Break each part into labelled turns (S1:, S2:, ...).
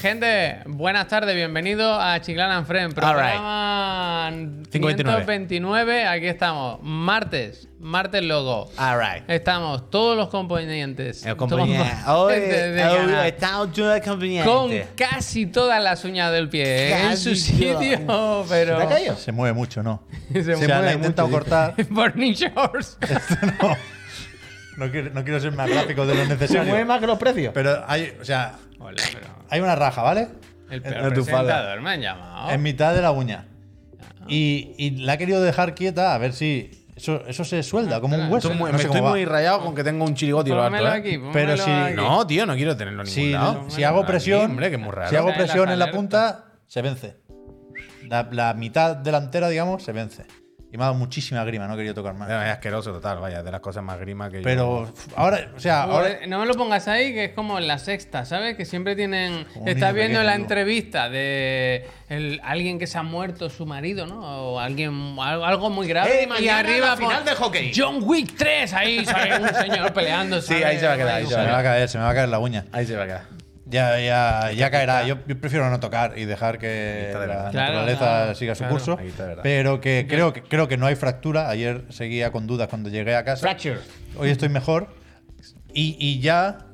S1: Gente, buenas tardes, bienvenidos a Chiclana and Friend, programa
S2: 529.
S1: 529. Aquí estamos, martes, martes logo.
S2: All right.
S1: Estamos todos los componentes.
S2: El compañero.
S1: todos
S2: Hoy,
S1: los componentes Este, de
S2: hoy
S1: Canal,
S2: estamos todo el compañero.
S1: Con casi todas las uñas del pie ¿eh? en
S2: Casi
S1: su sitio, pero.
S2: ¿Te ha caído?
S3: Se mueve mucho, ¿no?
S1: Se
S3: O sea,
S1: mueve
S3: la
S1: mucho,
S3: he intentado
S2: dice.
S3: cortar.
S1: Por shorts.
S3: no, no, quiero, no quiero ser más gráfico de lo
S2: Se
S3: necesario.
S2: mueve más que los precios.
S3: Pero hay, o sea,
S1: Hola, pero.
S3: hay una raja, ¿vale?
S1: El
S3: En-
S1: peor
S3: en tu falda.
S1: presentador me han
S2: Ah.
S1: llamado.
S3: En mitad de la uña. Y, y la he querido dejar quieta a ver si eso, eso se suelda como
S4: Pues
S3: un hueso.
S2: Estoy muy-
S3: No
S2: me
S3: sé
S2: estoy
S3: cómo
S2: muy
S3: va.
S2: rayado con que tengo un chirigoti lo
S1: Pónmelo
S2: alto. ¿eh?
S1: aquí, pónmelo
S3: Pero si-
S1: aquí.
S2: No, tío, no quiero tenerlo en ningún
S3: Si,
S2: lado.
S3: si hago
S1: Aquí,
S3: presión,
S2: hombre, que es muy raro.
S3: si hago
S1: Ahí las
S3: presión en la
S1: alertas.
S3: punta, se vence. La, la mitad delantera, digamos, se vence. Y me ha dado muchísima grima, no he querido tocar más.
S2: Pero Es asqueroso, total, vaya, de las cosas más grimas que
S3: Pero uf, ahora, o sea, Ah, ahora,
S1: Ahora- no me lo pongas ahí, que es como en la sexta, ¿sabes? Que siempre tienen.
S3: Como un
S1: Estás
S3: niño
S1: viendo
S3: pequeño,
S1: la
S3: ¿no?
S1: entrevista de el- alguien que se ha muerto su marido, ¿no? O alguien, al- algo muy grave.
S2: Eh, mañana la
S1: pon
S2: final de hockey.
S1: John Wick 3, ahí sale un señor peleando.
S2: Sí, ahí se va a quedar, ahí
S3: se me va a caer, se me va a caer la uña.
S2: yo. Ahí se va a quedar.
S3: Ya, ya, ya caerá. Yo, yo prefiero no tocar y dejar que
S2: está de
S3: la
S2: verdad.
S1: Claro,
S3: naturaleza
S1: claro,
S3: siga su
S1: claro.
S3: curso.
S2: Ahí está de verdad.
S3: Pero que creo que creo que no hay fractura. Ayer seguía con dudas cuando llegué a casa.
S2: Fracture.
S3: Hoy estoy mejor. Y, y ya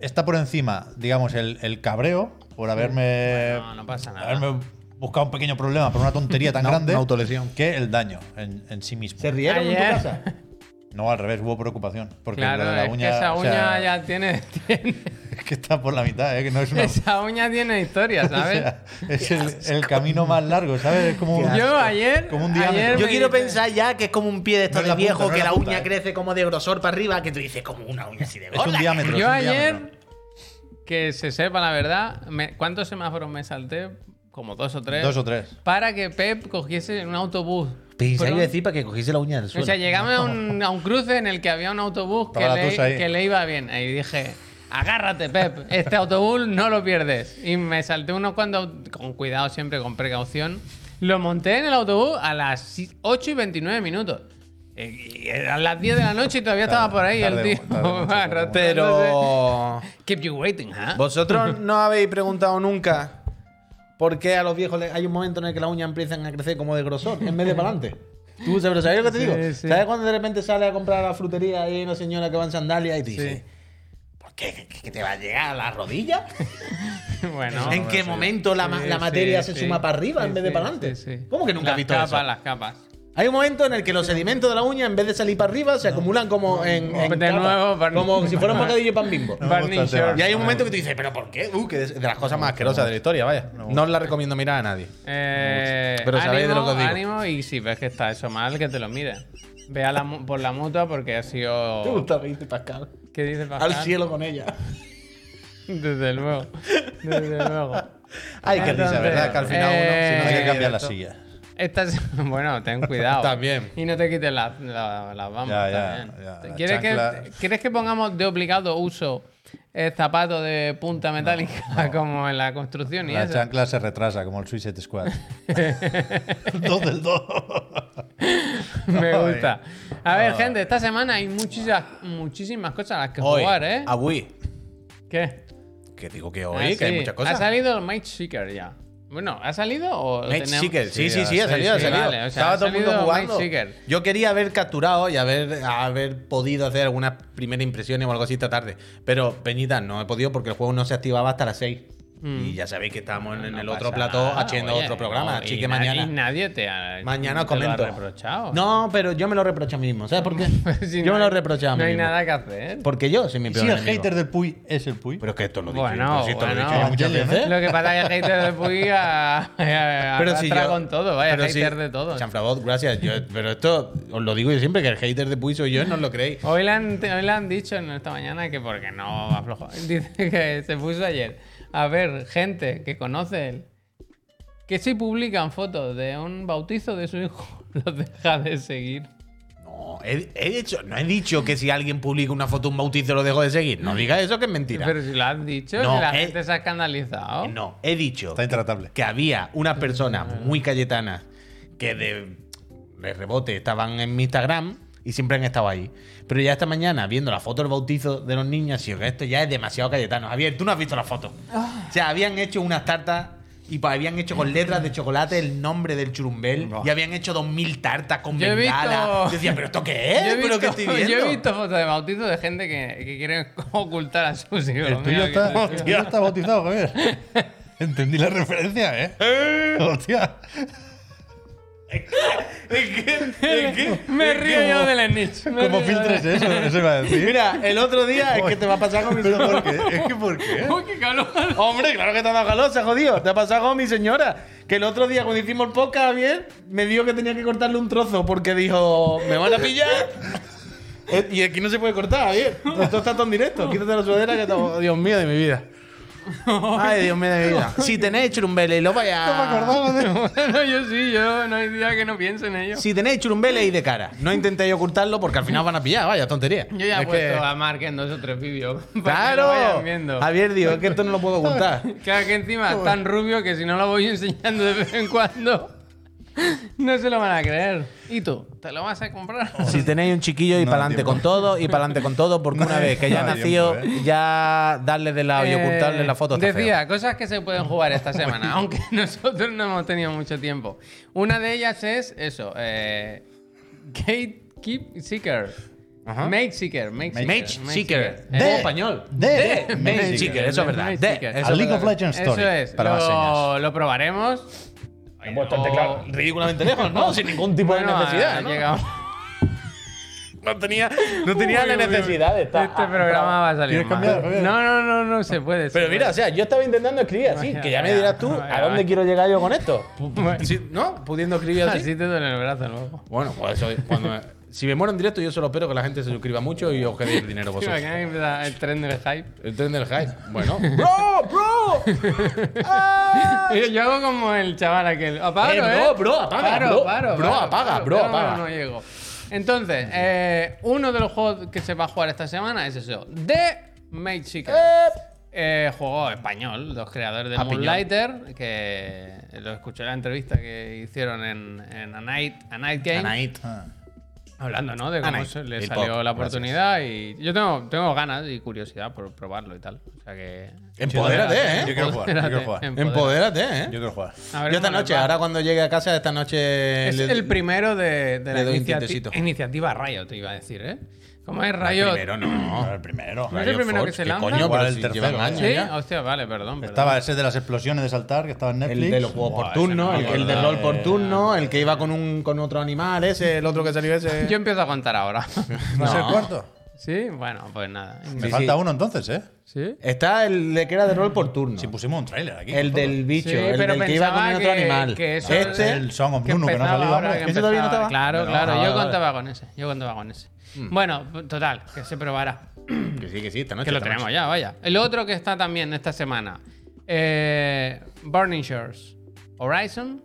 S3: está por encima, digamos, el, el cabreo por haberme,
S1: No, no pasa nada.
S3: haberme buscado un pequeño problema por una tontería tan
S2: Una-
S3: grande
S2: una autolesión.
S3: que el daño en, en sí mismo.
S2: ¿Se rieron en
S1: Ayer.
S2: tu casa?
S3: No, al revés, hubo preocupación. Porque
S1: Claro,
S3: la, la
S1: es
S3: uña,
S1: que esa
S3: o
S1: uña
S3: sea,
S1: ya tiene, tiene-
S3: es que está por la mitad, ¿eh? que no es una
S1: Esa uña tiene historia, ¿sabes?
S3: O sea, es el, el camino más largo, ¿sabes? Es como,
S1: Yo ayer.
S3: como un diámetro.
S1: ayer
S4: Yo
S1: me
S4: quiero
S1: dice-
S4: pensar ya que es como un pie de
S3: No
S4: estos
S3: es
S4: de
S3: la punta,
S4: viejo,
S3: no es
S4: que
S3: la
S4: la,
S3: punta,
S4: uña
S3: eh.
S4: crece como de grosor para arriba, que tú dices como una uña así de
S3: es un
S4: gorda.
S3: diámetro. es
S1: Yo
S3: un
S1: ayer,
S3: diámetro.
S1: que se sepa la verdad, me- ¿cuántos semáforos me salté? Como dos o tres.
S3: Dos o tres.
S1: Para que Pep cogiese un autobús.
S4: Pensáis
S1: Pero-
S4: que decir para que cogiese la uña del
S1: O
S4: suelo.
S1: sea, llegamos a un, a un cruce en el que había un autobús que
S3: Estaba la
S1: le,
S3: tusa ahí.
S1: que le iba bien. Ahí dije, agárrate, Pep, este autobús no lo pierdes. Y me salté uno cuando, con cuidado siempre, con precaución, lo monté en el autobús a las 8 y 29 minutos. Y- y eran las 10 de la noche y todavía estaba por ahí el
S3: tarde-
S1: tío.
S3: tarde mucho, tarde mucho.
S2: Pero.
S1: Keep you waiting, ¿ah?
S2: ¿Vosotros no habéis preguntado nunca por qué a los viejos les- hay un momento en el que las uñas empiezan a crecer como de grosor en vez de para adelante? ¿Tú sabes, ¿sabes lo que te
S1: Sí,
S2: digo?
S1: sí.
S2: ¿Sabes cuando de repente sale a comprar a la frutería y hay una señora que va en sandalias y te dice,
S4: ¿Por qué? ¿Que- ¿Que te va a llegar a la rodilla?
S1: Bueno.
S4: ¿En qué momento la, ma-
S1: Sí,
S4: la materia
S1: sí,
S4: se
S1: sí.
S4: suma para arriba
S1: Sí,
S4: en vez de
S1: sí,
S4: para adelante?
S1: sí, sí.
S4: ¿Cómo que nunca
S1: las
S4: has visto
S1: capas,
S4: eso?
S1: Las capas,
S2: Hay un momento en el que los sedimentos de la uña, en vez de salir para arriba, se acumulan como en. en
S1: De
S2: capas,
S1: nuevo, Barney.
S2: como si fuera un bocadillo de pan bimbo.
S3: No me gusta
S1: Barney
S3: el tema.
S1: Shorts.
S2: Y hay un momento que tú dices, ¿pero por qué? Uh, que es de las cosas más asquerosas de la historia, vaya. No os la recomiendo mirar a nadie.
S1: Eh,
S2: Pero sabéis de lo que os digo.
S1: Ánimo y si ves que está eso mal, que te lo mire. Ve a la mu- por la mutua porque ha sido...
S2: Te gusta que dice Pascal.
S1: ¿Qué dice
S2: Al
S1: Pascal?
S2: cielo con ella.
S1: Desde luego. Desde luego.
S2: Ay, qué risa,
S1: Entonces,
S2: ¿verdad? Que al final uno.
S1: eh,
S2: si no
S3: Hay
S2: se
S3: que cambiar
S2: cambia la
S3: las sillas.
S1: Esta se- bueno, ten cuidado.
S2: También.
S1: Y no te quites la- la- las bambas.
S3: Ya, ya,
S1: también.
S3: ya, las
S1: ¿Quieres, que,
S3: chanclas.
S1: ¿Quieres que pongamos de obligado uso eh, zapato de punta metálica como en la construcción y
S3: La
S1: eso?
S3: chancla se retrasa, como el Suicide Squad. dos del dos.
S1: Me gusta. A
S2: Ah.
S1: ver, gente, esta semana hay muchísimas, muchísimas cosas a las que jugar, ¿eh?
S2: Avui.
S1: ¿Qué?
S2: Ah, Que digo que
S1: Ah,
S2: hoy, que
S1: sí.
S2: hay muchas
S1: Ha
S2: cosas.
S1: salido el Mate Seeker ya. Bueno, ¿ha salido o lo
S2: Mate
S1: tenemos?
S2: Seeker. Sí, sí, sí,
S3: sí,
S2: ha salido, ha
S1: sí,
S2: salido.
S1: vale, o sea, ha
S2: Estaba todo el mundo
S1: salido Mike
S2: jugando.
S1: Seeker.
S2: Yo quería haber capturado y haber, haber podido hacer algunas primeras impresiones o algo así esta tarde. Pero, Peñita, no he podido porque el juego no se activaba hasta las 6. Y ya sabéis que estamos en,
S1: Mm. No
S2: el
S1: pasa
S2: otro plató
S1: nada,
S2: haciendo
S1: Ah, oye,
S2: otro programa.
S1: no,
S2: así
S1: y
S2: que
S1: na-
S2: mañana.
S1: Y nadie te ha,
S2: Mañana
S1: te
S2: os comento.
S1: Lo ha reprochado. Pues
S2: No, pero yo me lo reprocho a mí mismo. ¿Sabes por qué?
S1: Si
S2: yo
S1: no
S2: me lo
S1: hay-
S2: reprocho a mí
S1: No hay
S2: mismo.
S1: nada que hacer.
S2: Porque yo soy mi
S3: Y si
S2: peor
S3: el
S2: enemigo.
S3: hater del Puy es el Puy.
S2: Pero es que esto lo dije.
S1: Bueno,
S2: pero si esto lo he dicho yo
S1: bueno.
S2: muchas veces.
S1: Lo que pasa es que el hater de Puy a- a- a-
S2: Pero si
S1: arrastra
S2: yo-
S1: con todo, vaya,
S2: pero
S1: hater
S2: si-
S1: de todo.
S2: Chanflabot, gracias. Yo- pero esto os lo digo yo siempre, que el hater de Puy soy yo, no os lo creéis.
S1: Hoy le, han, hoy le han dicho en esta mañana que porque no aflojó. Dice que se puso ayer a ver gente que conoce él. Que si publican fotos de un bautizo de su hijo, los deja de seguir.
S2: No, he, he dicho, no he dicho que si alguien publica una foto de un bautizo lo dejo de seguir. No diga eso que es mentira.
S1: Pero si lo han dicho,
S2: No,
S1: si la
S2: eh.
S1: gente se ha escandalizado.
S2: no, he dicho
S3: Está intratable.
S2: que había unas personas muy cayetanas que de, de rebote estaban en mi Instagram Y siempre han estado ahí. Pero ya esta mañana, viendo la foto del bautizo de los niños, sí, que esto ya es demasiado cayetano. Javier, tú no has visto la foto.
S1: Ah.
S2: O sea, habían hecho unas tartas y pues, habían hecho con letras de chocolate el nombre del churumbel.
S3: No.
S2: Y habían hecho 2.000 tartas con
S1: Yo he
S2: bengala.
S1: visto-
S2: Yo decía, ¿pero esto qué es?
S1: yo, he
S2: Eh, ¿Pero
S1: visto,
S2: qué estoy viendo?
S1: yo he visto fotos de bautizo de gente que, que quiere ocultar a sus hijos.
S3: El tuyo,
S1: Mira que-
S3: está, el tuyo está bautizado, Javier. Entendí la referencia, ¿eh? Hostia.
S1: Me río yo de la niche. me
S3: ¿Cómo
S1: río yo de
S3: filtres eso? Eso iba a decir.
S2: Mira, el otro día es que te va a pasar con mi
S3: ¿Pero por qué? Es que ¿por qué?
S1: la- Uy, qué calor.
S2: Hombre, claro que te ha dado calor, se ha jodido. Te ha pasado con mi señora. Que el otro día, cuando hicimos el podcast, Javier, me dijo que tenía que cortarle un trozo porque dijo, me van a pillar. Eh, Y aquí no se puede cortar, Javier. Esto está todo en directo. Quítate la sudadera que estamos. Dios mío de mi vida. Ay, Dios mío de mi vida. Si tenéis churumbeles y lo vaya.
S3: acordaba de-
S1: Bueno, yo sí, yo no hay día que no piense en ello.
S2: Si tenéis churumbeles y de cara. No intentéis ocultarlo porque al final van a pillar. Vaya, tontería.
S1: Yo ya he
S2: Es que-
S1: puesto a Mark en dos o tres vídeos. para que lo vayan
S2: Claro.
S1: viendo.
S2: Javier, digo, es que esto no lo puedo ocultar.
S1: Claro que encima es tan rubio que si no lo voy enseñando de vez en cuando, no se lo van a creer. ¿Y tú? ¿Te lo vas a comprar?
S2: Si tenéis un chiquillo y
S3: No da
S2: para adelante
S3: tiempo.
S2: con todo, y para adelante con todo, porque
S3: No
S2: una
S3: hay-
S2: vez que ya
S3: no
S2: ha
S3: da
S2: nacido,
S3: tiempo,
S2: ya darle de lado y
S1: Eh,
S2: ocultarle la foto. está feo.
S1: Decía, cosas que se pueden jugar esta semana, aunque nosotros no hemos tenido mucho tiempo. Una de ellas es eso, eh, Gatekeep Seeker.
S2: Ajá.
S1: Mage Seeker, Mage Seeker.
S2: Mage Seeker.
S1: Eh,
S2: De-
S1: como
S2: español.
S3: De,
S2: De- Mage
S3: Mage
S2: Seeker,
S3: Seeker.
S2: eso es verdad.
S1: Mage
S2: De-
S1: Seeker.
S2: eso
S3: A
S2: es
S3: League of
S2: verdad.
S3: Legends Story.
S1: Eso es,
S3: Para más señas.
S1: lo, lo probaremos.
S2: Hemos puesto el
S1: O-
S2: teclado ridículamente lejos, ¿no? Sin ningún tipo
S1: Oh. Bueno,
S2: de necesidad.
S1: ha
S2: ¿no?
S1: llegado-
S2: No tenía, no tenía
S1: Uy,
S2: la
S1: uy, uy, uy.
S2: necesidad de estar.
S1: Este programa va a salir
S3: ¿Quieres
S1: mal.
S3: cambiar, Javier?
S1: No, no, no, no se puede. se
S2: Pero
S1: puede.
S2: mira, o sea, yo estaba intentando escribir así,
S1: Vaya,
S2: que ya me
S1: vaya,
S2: dirás tú
S1: vaya,
S2: a dónde
S1: vaya.
S2: quiero llegar yo con esto.
S1: Bueno.
S2: Sí, ¿No? Pudiendo escribir así.
S1: así te duele el brazo luego.
S2: Bueno, pues eso, cuando me- si me muero en directo, yo solo espero que la gente se suscriba mucho y os quede el dinero
S1: Sí,
S2: vosotros.
S1: imagina que empieza el tren del hype.
S2: El tren del hype. Bueno. ¡Bro! ¡Bro! ¡Ah!
S1: Yo, yo hago como el chaval aquel. Aparo,
S2: Eh,
S1: eh.
S2: bro, bro, apaga,
S1: Paro,
S2: bro.
S1: paro,
S2: Bro,
S1: paro,
S2: apaga,
S1: paro,
S2: bro,
S1: paro,
S2: apaga.
S1: No llego. Entonces, eh, uno de los juegos que se va a jugar esta semana es eso. De Made Chicken. Eh, juego español, los creadores de
S2: A piñón.
S1: Moonlighter, que lo escuché en la entrevista que hicieron en, en A, Night, A Night Game.
S2: Anaid.
S3: Ah.
S1: Hablando, ¿no? De cómo
S2: Anay,
S1: se le
S2: Lil
S1: salió
S2: Pop,
S1: la oportunidad y yo tengo, tengo ganas y curiosidad por probarlo y tal. O sea que...
S2: Empodérate,
S3: Yo
S2: ¿eh?
S3: quiero jugar, yo quiero jugar. Yo
S1: Empodérate.
S2: Empodérate, ¿eh?
S3: quiero jugar.
S1: A ver
S2: Yo esta
S1: cómo les
S2: noche,
S1: va.
S2: ahora cuando llegue a casa, esta noche.
S1: Es
S2: le-
S1: el primero de, de la
S2: doy un
S1: iniciati-
S2: tintecito.
S1: iniciativa Rayo, te iba a decir, ¿eh? ¿Cómo es
S2: El
S1: Rayo?
S2: Primero, no.
S3: el primero.
S1: ¿No es el primero que se
S2: ¿Qué
S1: lanza?
S2: Coño,
S3: Igual
S2: pero
S3: el
S2: si
S3: tercero,
S2: llevan
S3: ¿eh?
S2: años
S1: Sí,
S2: ya.
S1: hostia, vale, perdón. perdón.
S3: Estaba ese de las explosiones de saltar que estaba en Netflix.
S2: El de los juegos
S3: Buah,
S2: por
S3: ese
S2: turno,
S3: me
S2: el,
S3: acuerdo.
S2: el del LOL por turno, el que iba con un con otro animal, ese, el otro que salió ese.
S1: Yo empiezo a contar ahora.
S3: ¿No es el
S2: No.
S3: cuarto?
S1: ¿Sí? Bueno, pues nada.
S3: Me
S2: Sí,
S3: falta
S2: sí.
S3: uno entonces, ¿eh?
S1: ¿Sí?
S2: Está el de que era de rol por turno.
S3: Si pusimos un tráiler aquí.
S2: el
S3: con
S2: del bicho,
S1: Sí,
S2: el
S1: pero
S2: del que iba con
S1: pensaba
S2: un otro
S1: que-
S2: animal.
S1: que eso
S2: este,
S1: era
S3: el Song of
S1: que
S3: Nuno, que no ha
S1: empezaba
S3: salido,
S1: ahora,
S3: hombre.
S1: que
S2: ¿Ese ¿Este todavía no Mm.
S1: empezaba-
S2: estaba?
S1: Claro,
S3: No,
S1: claro,
S3: vale,
S1: yo
S3: vale.
S1: contaba con ese. Yo contaba con ese. Bueno, total, que se probará.
S2: todo. Que sí, que sí, esta noche.
S1: Que lo
S2: esta
S1: tenemos
S2: noche.
S1: ya, vaya. El otro que está también esta semana. Eh, Burning Shores. Horizon.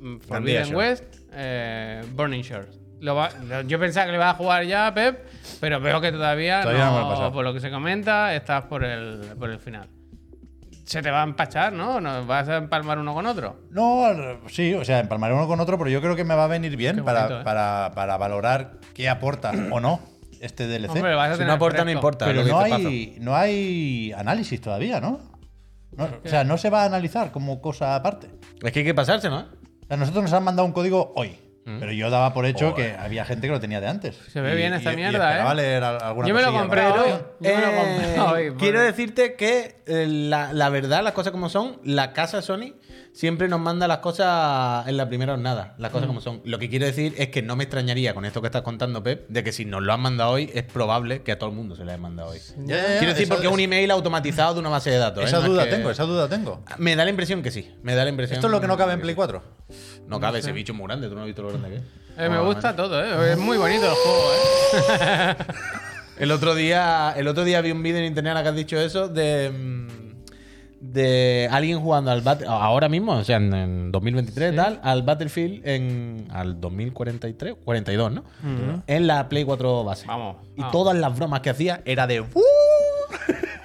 S1: mm, Forbidden
S3: Shore.
S1: West. eh, Burning Shores. Lo va- lo- yo pensaba que le iba a jugar ya, Pep, pero veo que todavía,
S3: Todavía no me lo he
S1: no,
S3: pasado.
S1: por lo que se comenta, estás por el, por el final. Se te va a empachar, ¿no? ¿Nos vas a empalmar uno con otro?
S3: No, al- sí, o sea, empalmaré uno con otro, pero yo creo que me va a venir bien
S1: Qué
S3: para,
S1: bonito, ¿eh?
S3: para, para valorar qué aporta o no este DLC.
S1: Hombre, lo vas a
S2: Si
S1: tener
S2: no aporta, no
S1: fresco.
S2: importa.
S3: pero
S2: lo que
S3: no
S2: dice Pazo.
S3: hay, no hay análisis todavía, ¿no? No, O sea, no se va a analizar como cosa aparte.
S2: Es que hay que pasarse, ¿no?
S3: O sea, nosotros nos han mandado un código hoy, pero yo daba por hecho que había gente que lo tenía de antes.
S1: Se ve bien esta mierda,
S3: esperaba
S1: ¿eh?
S3: leer al- alguna
S1: Yo me lo
S3: cosilla,
S1: compré
S3: ¿verdad?
S1: hoy. Yo me lo compré
S2: Eh,
S1: hoy, por-
S2: Quiero decirte que eh, la, la verdad, las cosas como son, la casa Sony siempre nos manda las cosas en la primera jornada, las cosas como son. Lo que quiero decir es que no me extrañaría con esto que estás contando, Pep, de que si nos lo han mandado hoy, es probable que a todo el mundo se lo hayan mandado hoy.
S3: Ya, ya, ya,
S2: Quiero decir,
S3: esa-
S2: porque es un email automatizado de una base de datos. ¿eh?
S3: Esa
S2: No es
S3: duda
S2: que-
S3: tengo, esa duda tengo.
S2: Me da la impresión que sí. Me da la impresión.
S3: Esto es lo que no cabe en Play 4.
S2: No cabe, ese bicho es muy grande. Tú no has visto lo grande que es.
S1: Eh, me gusta todo, ¿eh? Es muy bonito el juego, ¿eh?
S2: El otro día, el otro día vi un vídeo en internet ahora que has dicho eso de mm, de alguien jugando al Battle ahora mismo, o sea, en, en 2023 tal, al Battlefield en al 2043, 42, ¿no? En la Play 4 base.
S1: Vamos,
S2: Y
S1: vamos.
S2: todas las bromas que hacía era de "Uh".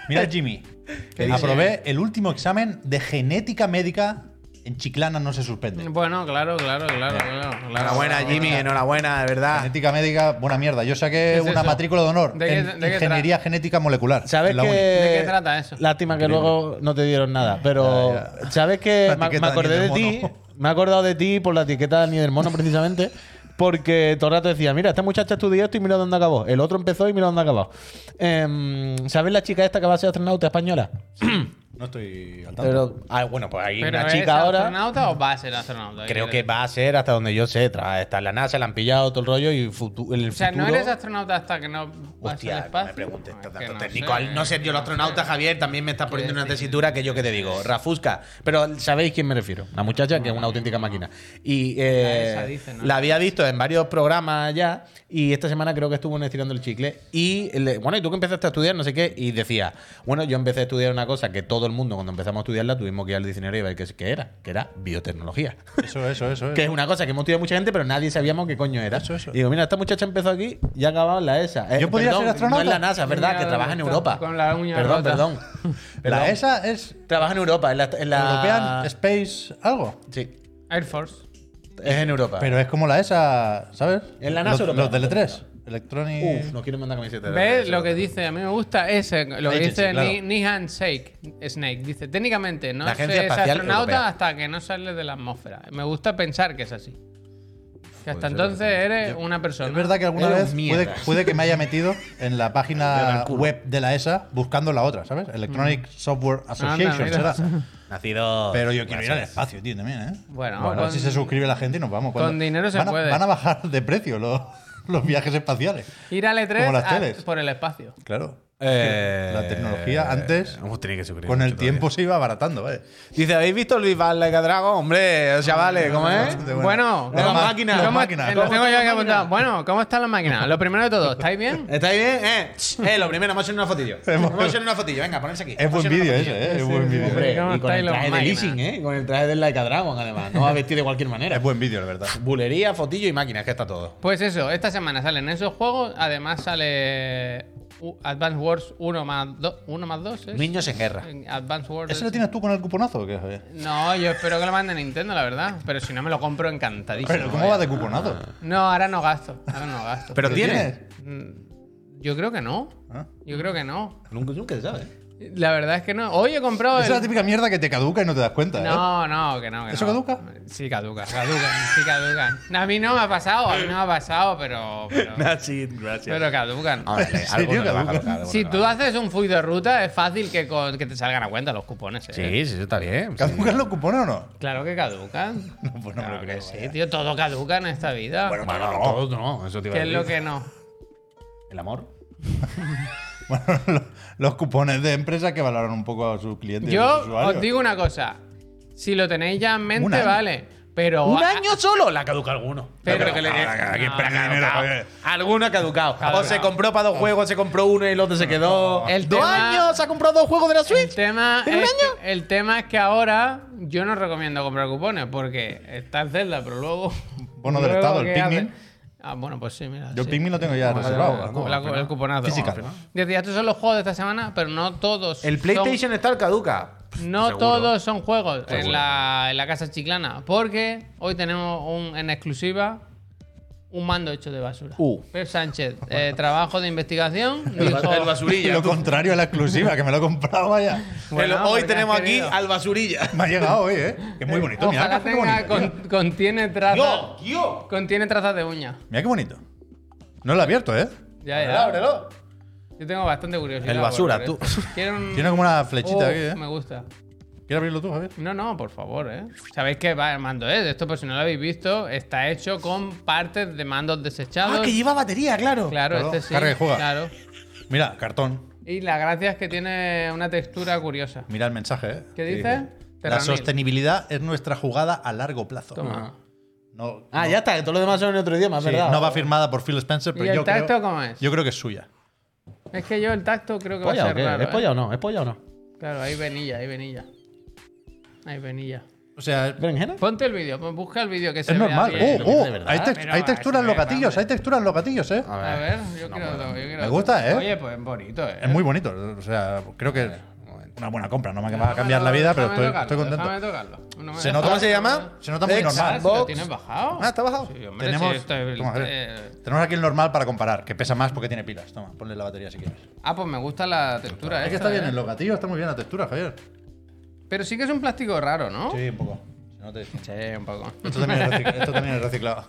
S3: Mira, Jimmy,
S2: ¿Qué dice?
S3: aprobé el último examen de genética médica en Chiclana no se suspende.
S1: Bueno, claro, claro, claro, claro. claro
S5: Enhorabuena,
S1: claro,
S5: Jimmy,
S1: claro.
S5: enhorabuena, de verdad.
S3: Genética médica, buena mierda. Yo saqué
S1: es
S3: una
S1: eso?
S3: matrícula de honor
S1: ¿De qué-
S3: en
S1: de qué
S3: ingeniería genética molecular.
S2: ¿Sabes
S3: en la
S2: que...
S3: uni.
S1: ¿De qué trata eso?
S2: Lástima que luego no te dieron nada, pero
S3: Ya, ya.
S2: ¿sabes que
S3: La
S2: me,
S3: etiqueta
S2: me acordé
S3: de
S2: de
S3: Dani del
S2: ti,
S3: Mono.
S2: me he acordado de ti por la etiqueta ni del mono precisamente, porque todo el rato decía, mira, esta muchacha estudió esto y mira dónde acabó, el otro empezó y mira dónde acabó. Em, ¿Sabes la chica esta que va a ser astronauta española?
S3: No estoy al tanto.
S2: Pero, ah, bueno, pues hay
S1: ¿Pero
S2: una
S1: es
S2: chica ahora.
S1: astronauta o va a ser astronauta?
S2: Creo que va a ser hasta donde yo sé, tras estar en la NASA, la han pillado todo el rollo y futu- en el
S1: O sea,
S2: futuro.
S1: no eres astronauta hasta que no vas
S6: Hostia,
S1: al
S6: no
S1: espacio.
S6: me preguntes
S1: Es
S6: tanto
S1: que no
S6: técnico.
S1: sé,
S6: Al no ser yo el
S1: no
S6: astronauta,
S1: sé.
S6: Javier, también me estás poniendo una
S1: decir?
S6: tesitura que yo que te digo, Rafusca.
S2: Pero sabéis quién me refiero. La muchacha que es una auténtica máquina. Y eh,
S1: esa dice, ¿no?
S2: la había visto en varios programas ya. Y esta semana creo que estuvo en Estirando el Chicle. Y le- bueno, y tú que empezaste a estudiar, no sé qué. Y decía, bueno, yo empecé a estudiar una cosa que todo el mundo cuando empezamos a estudiarla tuvimos que ir al diccionario y ver qué, es- qué era. Que era biotecnología.
S3: Eso, eso, eso.
S2: que es
S3: eso.
S2: una cosa que hemos estudiado mucha gente, pero nadie sabíamos qué coño era.
S3: Eso, eso.
S2: Digo, mira, esta muchacha empezó aquí y ha acabado en la ESA. Eh,
S3: ¿Yo podría ser astronauta?
S2: No en la NASA, es verdad,
S1: Mira,
S2: que trabaja en
S1: con-
S2: Europa.
S1: con la uña
S2: perdón,
S1: rota.
S2: perdón.
S3: La
S2: Perdón.
S3: ESA es
S2: Trabaja en Europa, en la. en la-
S3: European Space algo.
S2: Sí.
S1: Air Force.
S2: Es en Europa.
S3: Pero es como la ESA, ¿sabes?
S2: En la NASA
S3: Los,
S2: europea.
S3: los del E3. Electronic.
S2: Uf, no quiero mandar camiseta. de
S1: ¿Ves
S2: Barça.
S1: lo que dice? A mí me gusta ese, lo que
S3: Agency,
S1: dice
S3: claro.
S1: Ni- Nihan Shake, Snake. Dice, técnicamente no
S2: La
S1: se
S2: Agencia
S1: es
S2: Espacial
S1: astronauta
S2: Europea.
S1: hasta que no sales de la atmósfera. Me gusta pensar que es así. Que hasta entonces eres una persona.
S3: Es verdad que alguna
S2: Era un
S3: vez puede,
S2: mierda.
S3: puede que me haya metido en la página web de la ESA buscando la otra, ¿sabes? Electronic
S2: Mm.
S3: Software Association
S1: mira.
S3: será.
S2: Nacido.
S3: Pero yo quiero ir al
S2: Gracias.
S3: espacio, tío, también, ¿eh?
S1: Bueno,
S3: a ver
S1: con-
S3: si se suscribe la gente y nos vamos. ¿Cuándo?
S1: dinero se
S3: van a,
S1: puede.
S3: Van a bajar de precio los, los viajes espaciales.
S1: Ir al E3
S3: Como las
S1: a-
S3: teles.
S1: por el espacio.
S3: Claro.
S2: Eh,
S3: la tecnología antes,
S2: Hemos tenido que suscribir
S3: con el
S2: mucho
S3: tiempo se iba abaratando, ¿eh? ¿vale?
S2: todavía. Dice, ¿habéis visto el Viva Like a Dragon? Hombre, os chavales, ¿cómo es?
S3: Ah, Bastante bueno.
S1: Bueno,
S2: Las
S1: ¿cómo-
S2: máquinas,
S1: ¿cómo-
S3: las máquinas.
S1: eh,
S3: ¿Cómo
S1: Lo tengo
S2: están
S1: yo aquí
S2: las
S1: apuntado. Bueno, ¿cómo están las máquinas? Lo primero de todo, ¿estáis bien?
S2: ¿Estáis bien? Eh, eh, lo primero, hemos hecho una fotillo. hemos hecho una fotillo, venga, ponerse aquí.
S3: Es buen vídeo ese, ¿eh? Es buen vídeo.
S2: Hombre,
S1: ¿Cómo
S2: y con el
S1: estáis los
S2: traje de
S1: máquinas?
S2: leasing, ¿eh? Con el traje del Like a Dragon, además. No va a vestir de cualquier manera.
S3: Es buen vídeo, la verdad.
S2: Bulería, fotillo y máquinas, que está todo.
S1: Pues eso, esta semana salen esos juegos. Además sale U- Advance Wars 1 más 2. 1 más 2 es.
S2: Niños en guerra.
S1: En Advance Wars.
S3: ¿Ese lo tienes tú con el cuponazo o qué, Javier?
S1: No, yo espero que lo mande Nintendo, la verdad. Pero si no, me lo compro encantadísimo.
S3: Pero, ¿cómo va de cuponazo?
S1: No, ahora no gasto. Ahora no gasto.
S2: Pero
S3: ¿Lo
S2: tiene.
S1: Yo creo que no.
S3: ¿Ah?
S1: Yo creo que no.
S2: Nunca, nunca se sabe.
S1: La verdad es que no. Hoy he comprado.
S3: Esa es la
S1: el-
S3: típica mierda que te caduca y no te das cuenta, ¿eh?
S1: No, no, que no. Que
S3: ¿Eso
S1: no.
S3: caduca?
S1: Sí, caduca, caduca, sí, caducan. A mí no me ha pasado, a mí no me ha pasado, pero. Pero,
S2: Así, gracias.
S1: pero caducan.
S3: Ah,
S2: Ahora, algo
S3: tío,
S2: no le va a
S3: caduca.
S2: colocar, algo
S1: Si
S2: no le
S1: tú
S2: va a-
S1: haces un fui de ruta, es fácil que, co- que te salgan a cuenta los cupones. ¿eh?
S2: Sí, sí, eso está bien. sí.
S3: ¿Caducan los cupones o no?
S1: Claro que caducan.
S3: No, pues no me
S1: Claro
S3: lo creo.
S1: que sí, tío. Todo caduca en esta vida.
S2: Bueno, no, todo no, eso te iba a
S1: ¿Qué es
S2: decir.
S1: lo que no?
S2: El amor.
S3: Bueno, lo- los cupones de empresas que valoran un poco a sus clientes. y a sus
S1: Yo
S3: usuarios.
S1: os digo una cosa. Si lo tenéis ya en
S3: Un
S1: mente,
S3: año.
S1: vale. Pero.
S2: ¿Un año solo? La caduca alguno.
S1: Pero-
S2: Yo creo que le-
S1: Ah,
S2: que- que-
S1: no, no,
S2: que- caducado.
S3: dinero, Javier.
S2: Alguno ha caducado.
S1: Caducado.
S2: O se compró para dos juegos, se compró uno y el otro se quedó.
S1: El
S2: ¿Dos
S1: tema-
S2: años? ¿Se ha comprado dos juegos de la
S1: El
S2: Switch?
S1: tema,
S2: ¿Un
S1: es
S2: año?
S1: que, el tema es que ahora yo no recomiendo comprar cupones porque está en Zelda, pero luego.
S3: Bono del
S1: luego,
S3: Estado, el
S1: ¿qué
S3: Pikmin.
S1: hace? Ah, bueno, pues sí, mira.
S3: Yo
S1: sí.
S3: el Pikmin lo tengo ya
S1: Vale,
S3: reservado.
S1: vale,
S3: ¿no?
S1: la- el cuponazo.
S3: Física.
S1: Decía, estos son los juegos de esta semana, pero no todos.
S2: El
S1: son-
S2: PlayStation está al caduca.
S1: No
S2: Seguro.
S1: todos son juegos en la, en la casa chiclana, porque hoy tenemos un, en exclusiva un mando hecho de basura.
S2: Uh.
S1: Pep Sánchez, eh, trabajo de investigación.
S2: El,
S1: dijo-
S2: ba- el basurilla.
S3: Lo contrario a la exclusiva, que me lo he comprado, vaya.
S1: Bueno,
S2: El- hoy
S1: porque
S2: tenemos
S1: has
S2: aquí
S1: querido.
S2: al basurilla.
S3: Me ha llegado hoy, ¿eh? Que es muy bonito. Mira,
S1: Ojalá
S3: qué
S1: tenga,
S3: bonito.
S1: con-
S3: Mira.
S1: contiene trazas.
S2: ¡Yo! ¡Yo!
S1: Contiene trazas de uña.
S3: Mira qué bonito. No lo he abierto, ¿eh?
S1: Ya, ya.
S2: Ábrelo.
S1: Yo tengo bastante curiosidad.
S2: El basura,
S1: por ver
S2: tú.
S1: esto. Quiero un-
S3: Tiene como una
S1: Oh,
S3: flechita aquí, ¿eh?
S1: Me gusta.
S3: ¿Quieres abrirlo tú, Javier?
S1: No, no, por favor, ¿eh? Sabéis que va el mando, ¿eh? Esto, por si no lo habéis visto, está hecho con partes de mandos desechados.
S2: Ah, que lleva batería, claro.
S1: Claro,
S3: Claro,
S1: este sí.
S3: carga y juega.
S1: Claro.
S3: Mira, cartón.
S1: Y la gracia es que tiene una textura curiosa.
S3: Mira el mensaje, ¿eh?
S1: ¿Qué
S3: Sí,
S1: dice?
S3: La
S1: Terranil.
S3: sostenibilidad es nuestra jugada a largo plazo.
S1: Toma.
S3: No,
S2: Ah, ya está, que todo lo demás son en otro idioma, es
S3: sí,
S2: ¿verdad?
S3: no va firmada por Phil Spencer, pero
S1: ¿Y el
S3: yo
S1: tacto
S3: creo,
S1: cómo es?
S3: Yo creo que es suya.
S1: Es que yo el tacto creo que va a
S2: ¿Polla o
S1: ser
S2: qué?
S1: raro.
S2: ¿Es
S1: ¿eh?
S2: polla o no? ¿Es polla o no?
S1: Claro, hay venilla, hay venilla. Hay venilla.
S3: O sea,
S2: ¿Berenjena?
S1: Ponte el vídeo, pon- busca el vídeo que se
S3: Es
S1: vea
S3: normal.
S1: bien.
S3: Oh, oh,
S2: De verdad,
S3: hay, tex-
S1: pero Ah.
S3: hay
S1: va,
S3: texturas en
S1: se
S3: los
S1: ve,
S3: gatillos,
S1: vamos.
S3: hay texturas en los gatillos, ¿eh?
S1: A ver, yo quiero todo, yo quiero
S3: Me
S1: todo.
S3: gusta, ¿eh?
S1: Oye, pues bonito, ¿eh?
S3: Es muy bonito. O sea, creo que una buena compra, no me va a cambiar la vida, pero estoy, estoy contento. Se nota-
S7: ¿Cómo se llama?
S3: Se nota muy normal.
S1: Xbox. ¿Lo tienes bajado?
S3: Ah, está bajado.
S1: Sí, hombre,
S3: tenemos,
S1: sí, esto es-
S3: toma, Javier.
S1: eh,
S3: Tenemos aquí el normal para comparar, que pesa más porque tiene pilas. Toma, ponle la batería si quieres.
S1: Ah, pues me gusta la textura.
S3: Es que
S1: esta,
S3: está bien
S1: ¿eh?
S3: el logatillo, está muy bien la textura, Javier.
S1: Pero sí que es un plástico raro, ¿no?
S3: Sí, un poco. Se nota eso.
S1: Sí, un poco.
S3: Esto también es reciclado. Esto también es reciclado.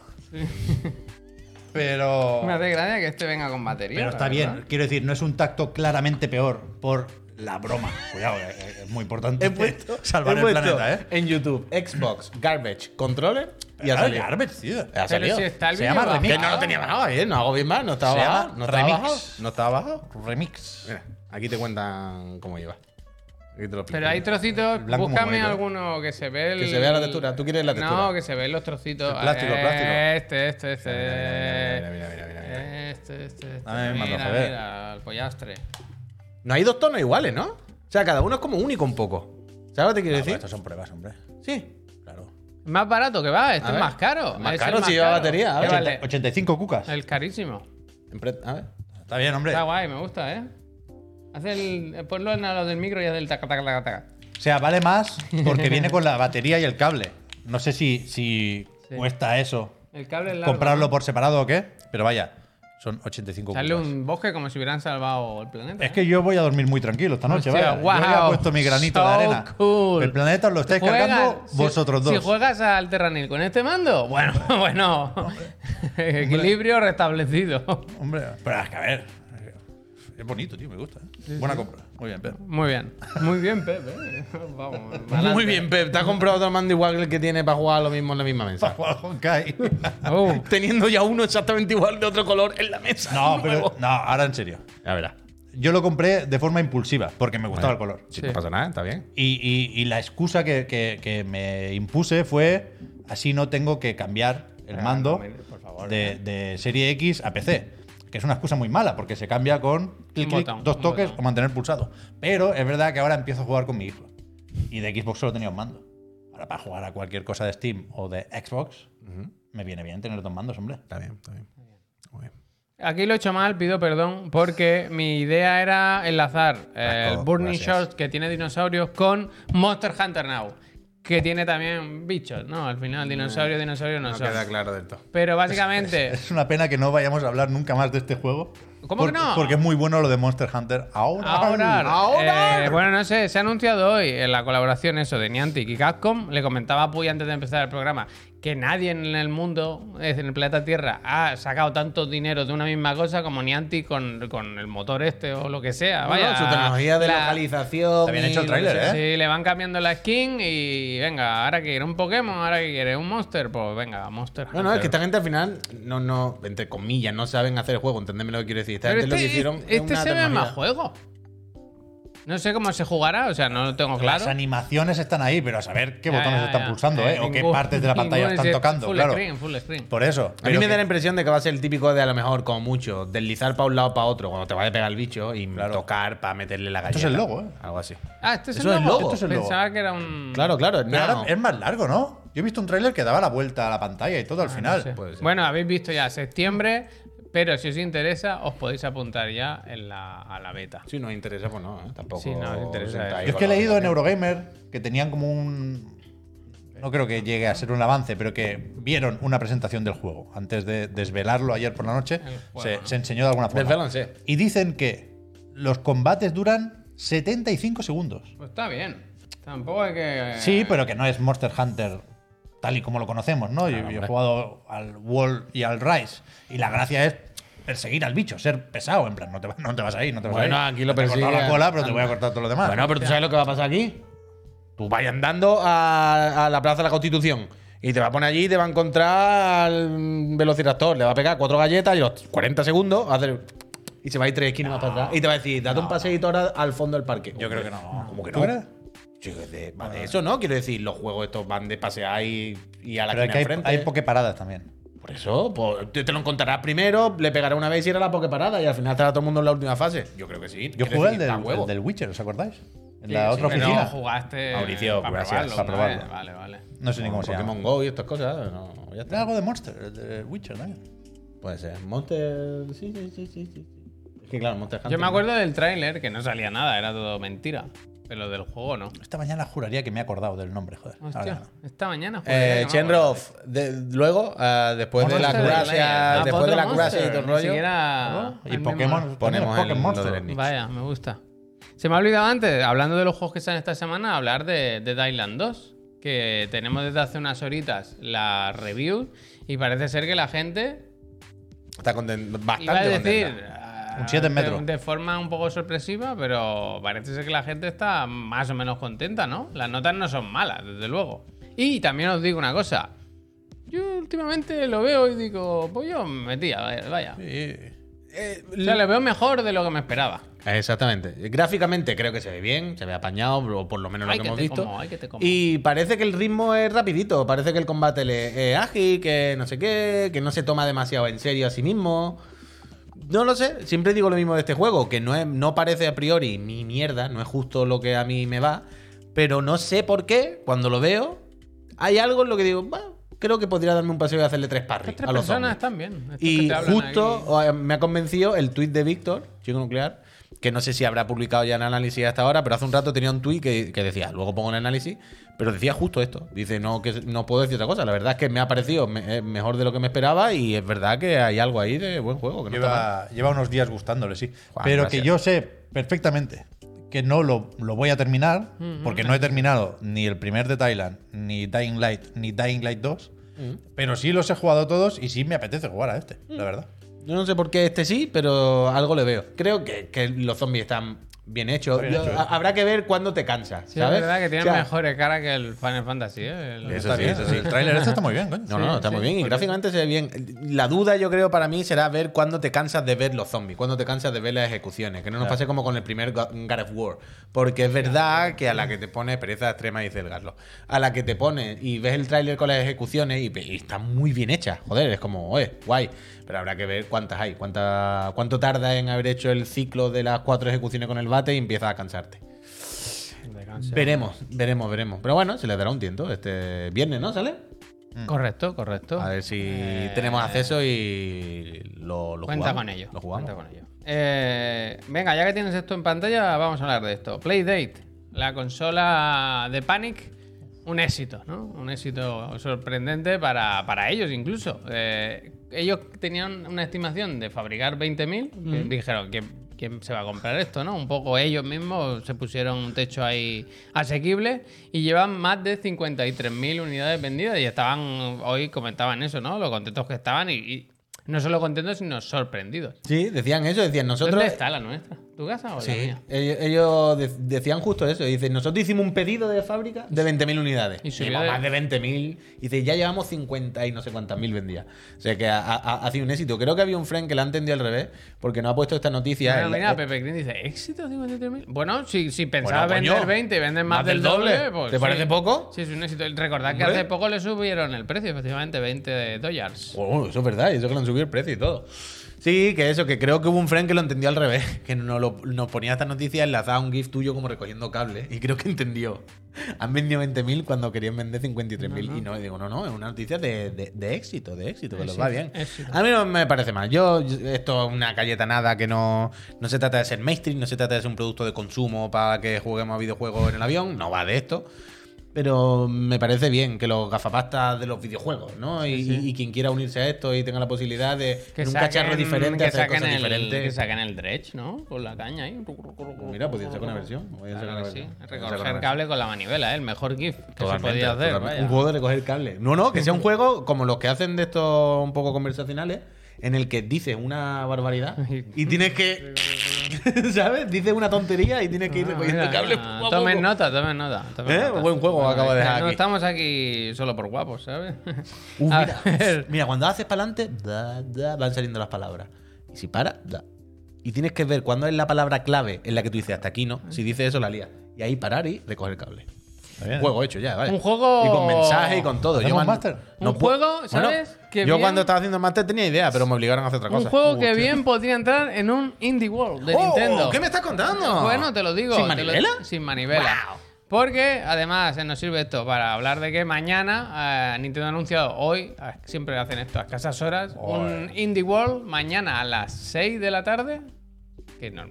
S3: Pero,
S1: Me hace gracia que este venga con batería.
S3: pero
S1: la
S3: está
S1: verdad.
S3: bien. Quiero decir, no es un tacto claramente peor por la broma. Cuidado, que es es muy importante
S2: He puesto,
S3: salvar
S2: he
S3: el
S2: puesto
S3: planeta, ¿eh?
S2: En YouTube, Xbox, Garbage, Controller y ha
S3: Claro,
S2: salido.
S3: garbage, tío.
S2: Ha
S1: Pero
S2: salido.
S1: si está el
S3: Se
S1: vídeo
S3: llama
S1: bajado.
S3: remix.
S2: Que no lo tenía bajado, ¿eh? No hago bien mal, no estaba
S3: Se llama
S2: bajado. No estaba
S3: Remix.
S2: bajado. No estaba bajado.
S3: Remix.
S2: Mira, aquí te cuentan cómo lleva. Aquí te lo explico.
S1: Pero hay trocitos,
S3: blanco muy
S1: búscame
S3: bonito.
S1: alguno que se ve el...
S2: Que se vea la textura. ¿Tú quieres la
S1: No,
S2: textura?
S1: que se ven los trocitos.
S3: El plástico, el plástico.
S1: Este, este, este.
S2: Mira, mira, mira, mira, mira, mira.
S1: Este, este, este.
S3: Dame, mando,
S1: mira,
S3: Javier.
S1: mira, el pollastre.
S2: No hay dos tonos iguales, ¿no? O sea, cada uno es como único un poco. ¿Sabes lo que te quiero
S3: Ah,
S2: decir?
S3: pues estas son pruebas, hombre.
S2: Sí.
S3: Claro.
S1: Más barato que va, este
S2: A
S1: es
S2: ver.
S1: más caro.
S2: Más
S1: Es el
S2: caro si lleva batería, a
S1: ¿Qué
S2: ver.
S1: Ah, vale?
S3: 85 cucas.
S1: El carísimo.
S2: Empre- A ver.
S3: Está bien, hombre.
S1: Está guay, me gusta, ¿eh? Haz el, eh, ponlo en lo del micro y haz el taca, taca, taca, taca.
S3: O sea, vale más porque viene con la batería y el cable. No sé si, si
S1: Sí.
S3: cuesta eso.
S1: El cable es largo.
S3: Comprarlo por separado o qué, pero vaya, son 85
S1: Sale
S3: cucas.
S1: un bosque como si hubieran salvado el planeta.
S3: Es
S1: ¿eh?
S3: que yo voy a dormir muy tranquilo esta noche,
S1: Hostia,
S3: vaya. Yo ya he
S1: wow,
S3: puesto mi granito
S1: so
S3: de arena.
S1: cool.
S3: El planeta os lo estáis
S1: Juegan-
S3: cargando
S1: si-
S3: vosotros dos.
S1: Si juegas al Terranil con este mando, bueno, bueno. Equilibrio restablecido.
S3: Hombre, pero es que a ver. Es bonito, tío, me gusta. ¿eh? Buena compra. Muy bien, Pep.
S1: Muy bien. Muy bien, Pepe. Vamos.
S2: Muy
S1: adelante.
S2: bien, Pep. Te has comprado otro mando igual que el que tiene para jugar lo mismo en la misma
S3: Para
S2: mesa.
S3: jugar al Honkai.
S1: Oh,
S2: Teniendo ya uno exactamente igual de otro color en la mesa.
S3: No, pero. No, ahora en serio.
S2: Ya verás.
S3: Yo lo compré de forma impulsiva porque me gustaba el color.
S2: Si
S1: Sí.
S2: no pasa nada, está bien.
S3: Y, y- y la excusa que, que- que me impuse fue, así no tengo que cambiar el
S1: Ah,
S3: mando
S1: no, por favor, eh.
S3: de, de serie X a PC. Que es una excusa muy mala, porque se cambia con clic, clic,
S1: botón,
S3: dos
S1: un
S3: toques
S1: botón.
S3: o mantener pulsado. Pero es verdad que ahora empiezo a jugar con mi hijo. Y de Xbox solo tenía un mando. Ahora para jugar a cualquier cosa de Steam o de Xbox, me viene bien tener dos mandos, hombre.
S2: Está bien, está bien. Muy bien.
S1: Aquí lo he hecho mal, pido perdón, porque mi idea era enlazar eh,
S2: Ah,
S1: el
S2: oh,
S3: Paco,
S1: Burning
S3: gracias.
S1: Shores que tiene dinosaurios con Monster Hunter Now, que tiene también bichos, ¿no? Al final, dinosaurio, dinosaurio no,
S2: No
S1: son.
S2: queda claro del todo.
S1: Pero básicamente,
S3: Es una pena que no vayamos a hablar nunca más de este juego.
S1: ¿Cómo que
S3: Por-
S1: no?
S3: Porque es muy bueno lo de Monster Hunter ahora.
S1: Ahora,
S2: Ahora.
S1: eh, bueno, no sé, se ha anunciado hoy en la colaboración eso de Niantic y Capcom. Le comentaba a Puy antes de empezar el programa que nadie en el mundo, es en el planeta Tierra, ha sacado tanto dinero de una misma cosa como Niantic con, con el motor este o lo que sea. Vaya,
S2: Bueno, su tecnología de
S1: la-
S2: localización.
S3: Está bien hecho el
S2: y-
S3: tráiler, ¿eh?
S1: Sí, le van cambiando la skin y venga, ahora que quiere un Pokémon, ahora que quiere un Monster, pues venga, Monster.
S2: No, no,
S1: Hunter.
S2: es que esta gente al final, no, no, entre comillas, no saben hacer el juego. Entendeme lo que quiero decir. Esta
S1: Pero
S2: gente lo que hicieron. es
S1: este
S2: una
S1: se ve
S2: tecnología.
S1: más juego. No sé cómo se jugará, o sea, no lo tengo
S3: Las
S1: claro.
S3: animaciones están ahí, pero a saber qué
S1: Ya,
S3: botones
S1: ya,
S3: están
S1: ya.
S3: pulsando, ¿eh? O qué
S1: ningún-
S3: partes de la pantalla
S1: ninguno
S3: están
S1: es-
S3: tocando,
S1: full
S3: claro.
S1: Screen, full screen.
S3: Por eso.
S2: A mí
S3: pero
S2: me da la
S3: que-
S2: impresión de que va a ser el típico de a lo mejor, como mucho, deslizar para un lado para otro cuando te vaya a pegar el bicho y tocar para meterle la galleta.
S3: Esto es el logo, ¿eh?
S2: Algo así.
S1: Ah, este es
S2: Eso
S1: el
S2: es
S1: logo.
S2: logo.
S3: Esto es el logo.
S1: Pensaba que era un.
S2: Claro, claro.
S3: Pero
S2: no.
S3: ahora es más largo, ¿no? Yo he visto un tráiler que daba la vuelta a la pantalla y
S1: Ah,
S3: todo al final.
S2: Puede ser.
S1: Bueno, habéis visto ya septiembre, pero si os interesa, os podéis apuntar ya en la, a la beta.
S2: Si nos interesa, pues no, ¿eh? tampoco.
S1: Sí, no, nos interesa
S2: sentáis
S1: eso.
S2: con
S3: Yo es que he
S2: la-
S3: leído en Eurogamer que tenían como un. No creo que llegue a ser un avance, pero que vieron una presentación del juego. Antes de desvelarlo ayer por la noche,
S1: juego,
S3: se,
S1: ¿no?
S3: se enseñó de alguna forma.
S2: Desvélanse.
S3: Y dicen que los combates duran 75 segundos.
S1: Pues está bien. Tampoco hay que.
S2: Eh,
S3: Sí, pero que no es Monster Hunter tal y como lo conocemos, ¿no? Yo, yo he jugado al Wall y al Rise y la gracia es perseguir al bicho, ser pesado, en plan, no te, va- no te vas a ir, no te vas
S2: Bueno,
S3: a ir.
S2: aquí lo
S3: Te he cortado
S2: persigue.
S3: la cola, pero te voy a cortar todo lo demás.
S2: Bueno, pero tú sabes lo que va a pasar aquí. Tú vas andando a, a la Plaza de la Constitución y te va a poner allí y te va a encontrar al velociraptor. Le va a pegar cuatro galletas y los 40 segundos va a hacer- y se va a ir tres esquinas más para atrás. Y te va a decir, date un paseíto ahora al fondo del parque.
S3: yo creo que no.
S2: ¿Cómo que
S3: ¿Tú
S2: no?
S3: crees?
S2: Yo creo que de, va de eso, ¿no? Quiero decir, los juegos estos van de pasear y, y a la
S3: Pero es
S2: esquina
S3: que hay,
S2: enfrente.
S3: hay pokeparadas también.
S2: Por eso, pues, te, te lo encontrarás primero, le pegará una vez y era la pokeparada y al final estará todo el mundo en la última fase. Yo creo que sí.
S3: Yo
S2: Quiero
S3: jugué al
S2: decir,
S3: del,
S2: da huevo.
S3: el del Witcher, ¿os acordáis? En
S1: Sí,
S3: la
S1: sí,
S3: otra
S1: pero
S3: oficina.
S1: jugaste.
S2: Mauricio,
S1: para
S2: gracias,
S1: probarlo,
S3: para
S1: ¿no?
S3: probarlo.
S1: Vale, vale.
S3: No sé ni cómo se llama.
S2: Pokémon Go y estas cosas. No, ya
S3: Era
S2: está.
S3: algo de Monster, el del Witcher también.
S2: Puede ser. Monster. Sí, sí, sí, sí. sí. Es que claro, Monster Hunter.
S1: Yo me acuerdo del tráiler que no salía nada, era todo mentira. pero del juego no.
S3: Esta mañana juraría que me he acordado del nombre, joder. Ahora
S1: Hostia,
S3: no.
S1: esta mañana. joder,
S2: Eh,
S1: no me acuerdo.
S2: Chenrov, de- luego, ah, después de la
S3: Monster
S1: Slayer.
S2: curacia,
S1: Ah,
S2: después de la
S1: otro
S2: curacia y
S1: Monster,
S2: todo el
S1: ni
S2: rollo. Oh,
S1: siquiera
S3: Y
S1: el mismo-
S3: Pokémon,
S2: Ponemos el-
S3: Pokémon
S2: lo
S3: Monster.
S2: del Nick.
S1: Vaya, me gusta. Se me ha olvidado antes, hablando de los juegos que salen esta semana, hablar de, de Dead Island 2, que tenemos desde hace unas horitas la review y parece ser que la gente
S2: Está contento,
S1: iba a
S2: bastante
S1: decir
S2: contenta.
S1: ah,
S3: Un siete en metro.
S1: De, de forma un poco sorpresiva, pero parece ser que la gente está más o menos contenta, ¿no? Las notas no son malas, desde luego. Y también os digo una cosa. Yo últimamente lo veo y digo, pues yo metía, vaya.
S2: Eh,
S1: O sea, lo veo mejor de lo que me esperaba.
S2: Exactamente. Gráficamente creo que se ve bien, se ve apañado, o por lo menos lo
S1: Ay,
S2: que,
S1: que
S2: hemos
S1: te
S2: visto.
S1: como, ay, que te como.
S2: Y parece que el ritmo es rapidito, parece que el combate le- es ágil, que no sé qué, que no se toma demasiado en serio a sí mismo. No lo sé, siempre digo lo mismo de este juego, que no, es- no parece a priori mi mierda, no es justo lo que a mí me va, pero no sé por qué, cuando lo veo, hay algo en lo que digo, "Bah, creo que podría darme un paseo y hacerle tres parries
S1: Estas tres
S2: a los
S1: personas
S2: zombies".
S1: están bien. estos que
S2: Y
S1: te hablan
S2: justo
S1: aquí.
S2: o, eh, me ha convencido el tuit de Víctor, chico nuclear, que no sé si habrá publicado ya en análisis hasta ahora, pero hace un rato tenía un tuit que, que decía, luego pongo en análisis, pero decía justo esto. Dice, no, que no puedo decir otra cosa. La verdad es que me ha parecido me- eh, mejor de lo que me esperaba y es verdad que hay algo ahí de buen juego. Que no está mal.
S3: Lleva, lleva unos días gustándole, sí.
S2: Juan,
S3: Pero
S2: gracias.
S3: que yo sé perfectamente que no lo, lo voy a terminar,
S1: Mm,
S3: porque no he terminado ni el primer de Thailand, ni Dying Light, ni Dying Light 2. Pero sí los he jugado todos y sí me apetece jugar a este,
S1: Mm.
S3: la verdad.
S2: Yo no sé por qué este sí, pero algo le veo. Creo que, que los zombies están bien hechos.
S3: Está bien
S2: Yo-
S3: hecho, ¿eh?
S2: ha- Habrá que ver cuándo te cansas,
S1: Sí, es
S2: ¿sabes?
S1: verdad que tiene
S2: O sea,
S1: mejores caras que el Final Fantasy, ¿eh? El-
S2: Eso
S3: Está
S2: sí,
S3: bien,
S2: eso sí.
S3: El tráiler este está muy bien, coño.
S2: No, no, no, está
S1: sí,
S2: muy bien. Y
S1: porque-
S2: gráficamente se ve bien. La duda, yo creo, para mí será ver cuándo te cansas de ver los zombies, cuándo te cansas de ver las ejecuciones. Que no nos pase como con el primer Go- God of War. Porque es verdad que a la que te pone pereza extrema, dice el Garlo. A la que te pone y ves el tráiler con las ejecuciones y, ve- y está muy bien hecha. Joder, es como, oye, guay. Pero habrá que ver cuántas hay. Cuánta, cuánto tarda en haber hecho el ciclo de las cuatro ejecuciones con el bate y empiezas a cansarte. Veremos, veremos, veremos. Pero bueno, se le dará un tiento. Este viernes, ¿no? ¿Sale?
S1: Correcto, correcto.
S2: A ver si tenemos acceso y lo, lo
S1: Eh, Cuenta
S2: jugamos.
S1: con ello.
S2: Lo jugamos.
S1: cuenta con ello. Eh, venga, ya que tienes esto en pantalla, vamos a hablar de esto. Playdate, la consola de Panic, un éxito, ¿no? Un éxito sorprendente para, para ellos incluso. Eh, ellos tenían una estimación de fabricar 20.000. que Dijeron que... ¿Quién se va a comprar esto, no? Un poco ellos mismos se pusieron un techo ahí asequible y llevan más de 53.000 unidades vendidas y estaban, hoy comentaban eso, ¿no? Lo contentos que estaban y- y no solo contentos, sino sorprendidos.
S2: Sí, decían eso, decían nosotros.
S1: ¿Dónde está la nuestra? ¿Tu casa o la
S2: Sí,
S1: mía?
S2: ellos, ellos de- decían justo eso. Dicen, nosotros hicimos un pedido de fábrica de 20.000 unidades.
S1: Y subió
S2: Llevamos
S1: de-
S2: más de 20.000. Dice, ya llevamos 50 y no sé cuántas mil vendidas. O sea que ha, ha- ha sido un éxito. Creo que había un friend que la ha entendido al revés porque no ha puesto esta noticia.
S1: Mira,
S2: El-
S1: mira,
S2: el-
S1: Pepe Green dice, ¿éxito 53.000? Bueno, si, si pensabas
S2: Bueno, coño,
S1: vender 20 y venden más,
S2: más
S1: del
S2: del doble.
S1: doble, pues
S2: ¿Te parece poco?
S1: Sí, es un éxito. Recordad que
S2: Hombre.
S1: hace poco le subieron el precio, efectivamente, 20 dólares.
S2: Oh, eso es verdad, y eso que le han subido el precio y todo. Sí, que eso, que creo que hubo un friend que lo entendió al revés, que no lo- nos ponía esta noticia enlazada a un GIF tuyo como recogiendo cables, y creo que entendió. Han vendido 20.000 cuando querían vender 53.000, y no, y digo, no, no, es una noticia de, de- de éxito, de éxito, que les va bien.
S1: éxito.
S2: A mí no me parece mal. Yo, yo- esto es una galletanada que no, no se trata de ser mainstream, no se trata de ser un producto de consumo para que juguemos a videojuegos en el avión, no va de esto. Pero me parece bien que los gafapastas de los videojuegos, ¿no? Y, y- y quien quiera unirse a esto y tenga la posibilidad de en un cacharro diferente
S1: que
S2: hacer
S1: saquen
S2: cosas
S1: el, Que
S2: diferentes. Pues
S1: saquen el dredge, ¿no? Con la caña ahí.
S2: Mira, podría ser una versión. podría ser
S1: Claro
S2: una
S1: que sí.
S2: versión, podría ser una
S1: Recoger
S2: versión.
S1: cable con la manivela, ¿eh? el mejor GIF que
S2: Totalmente,
S1: se podía hacer.
S2: totalmente.
S1: vaya.
S2: Un juego de recoger cable. No, no, que sea un juego como los que hacen de estos un poco conversacionales, en el que dices una barbaridad y tienes que. ¿Sabes? Dices una tontería y tienes que ir
S1: Ah,
S2: recogiendo
S1: mira,
S2: cable.
S1: ah,
S2: poco a
S1: Tomen
S2: poco.
S1: nota, tomen nota. tomen
S2: Eh,
S1: nota.
S2: buen juego acabo de dejar
S1: No
S2: aquí.
S1: estamos aquí solo por guapos, ¿sabes?
S2: Uh,
S1: A
S2: mira,
S1: ver.
S2: mira, cuando haces para adelante, van saliendo las palabras. Y si para, da. Y tienes que ver cuándo es la palabra clave en la que tú dices hasta aquí, ¿no? Si dices eso, la lías. Y ahí parar y recoger cable.
S3: Está bien.
S2: Juego hecho ya, ¿vale?
S1: Un juego-
S2: Y con mensaje y con todo.
S3: ¿Hacemos
S2: cuando-
S3: máster?
S1: Un
S2: pu-
S1: juego, ¿sabes? Que
S2: yo
S1: bien-
S2: cuando estaba haciendo máster tenía idea, pero me obligaron a hacer otra cosa.
S1: Un juego
S2: Uh,
S1: que
S2: tío.
S1: bien podría entrar en un Indie World de
S2: ¡Oh!
S1: Nintendo.
S2: ¿Qué me estás contando?
S1: Bueno, te lo digo.
S2: ¿Sin
S1: te lo-
S2: manivela?
S1: sin manivela.
S2: Wow.
S1: Porque además eh, nos sirve esto para hablar de que mañana eh, Nintendo ha anunciado hoy, eh, siempre hacen esto a escasas horas, un Indie World mañana a las 6 de la tarde. Que no,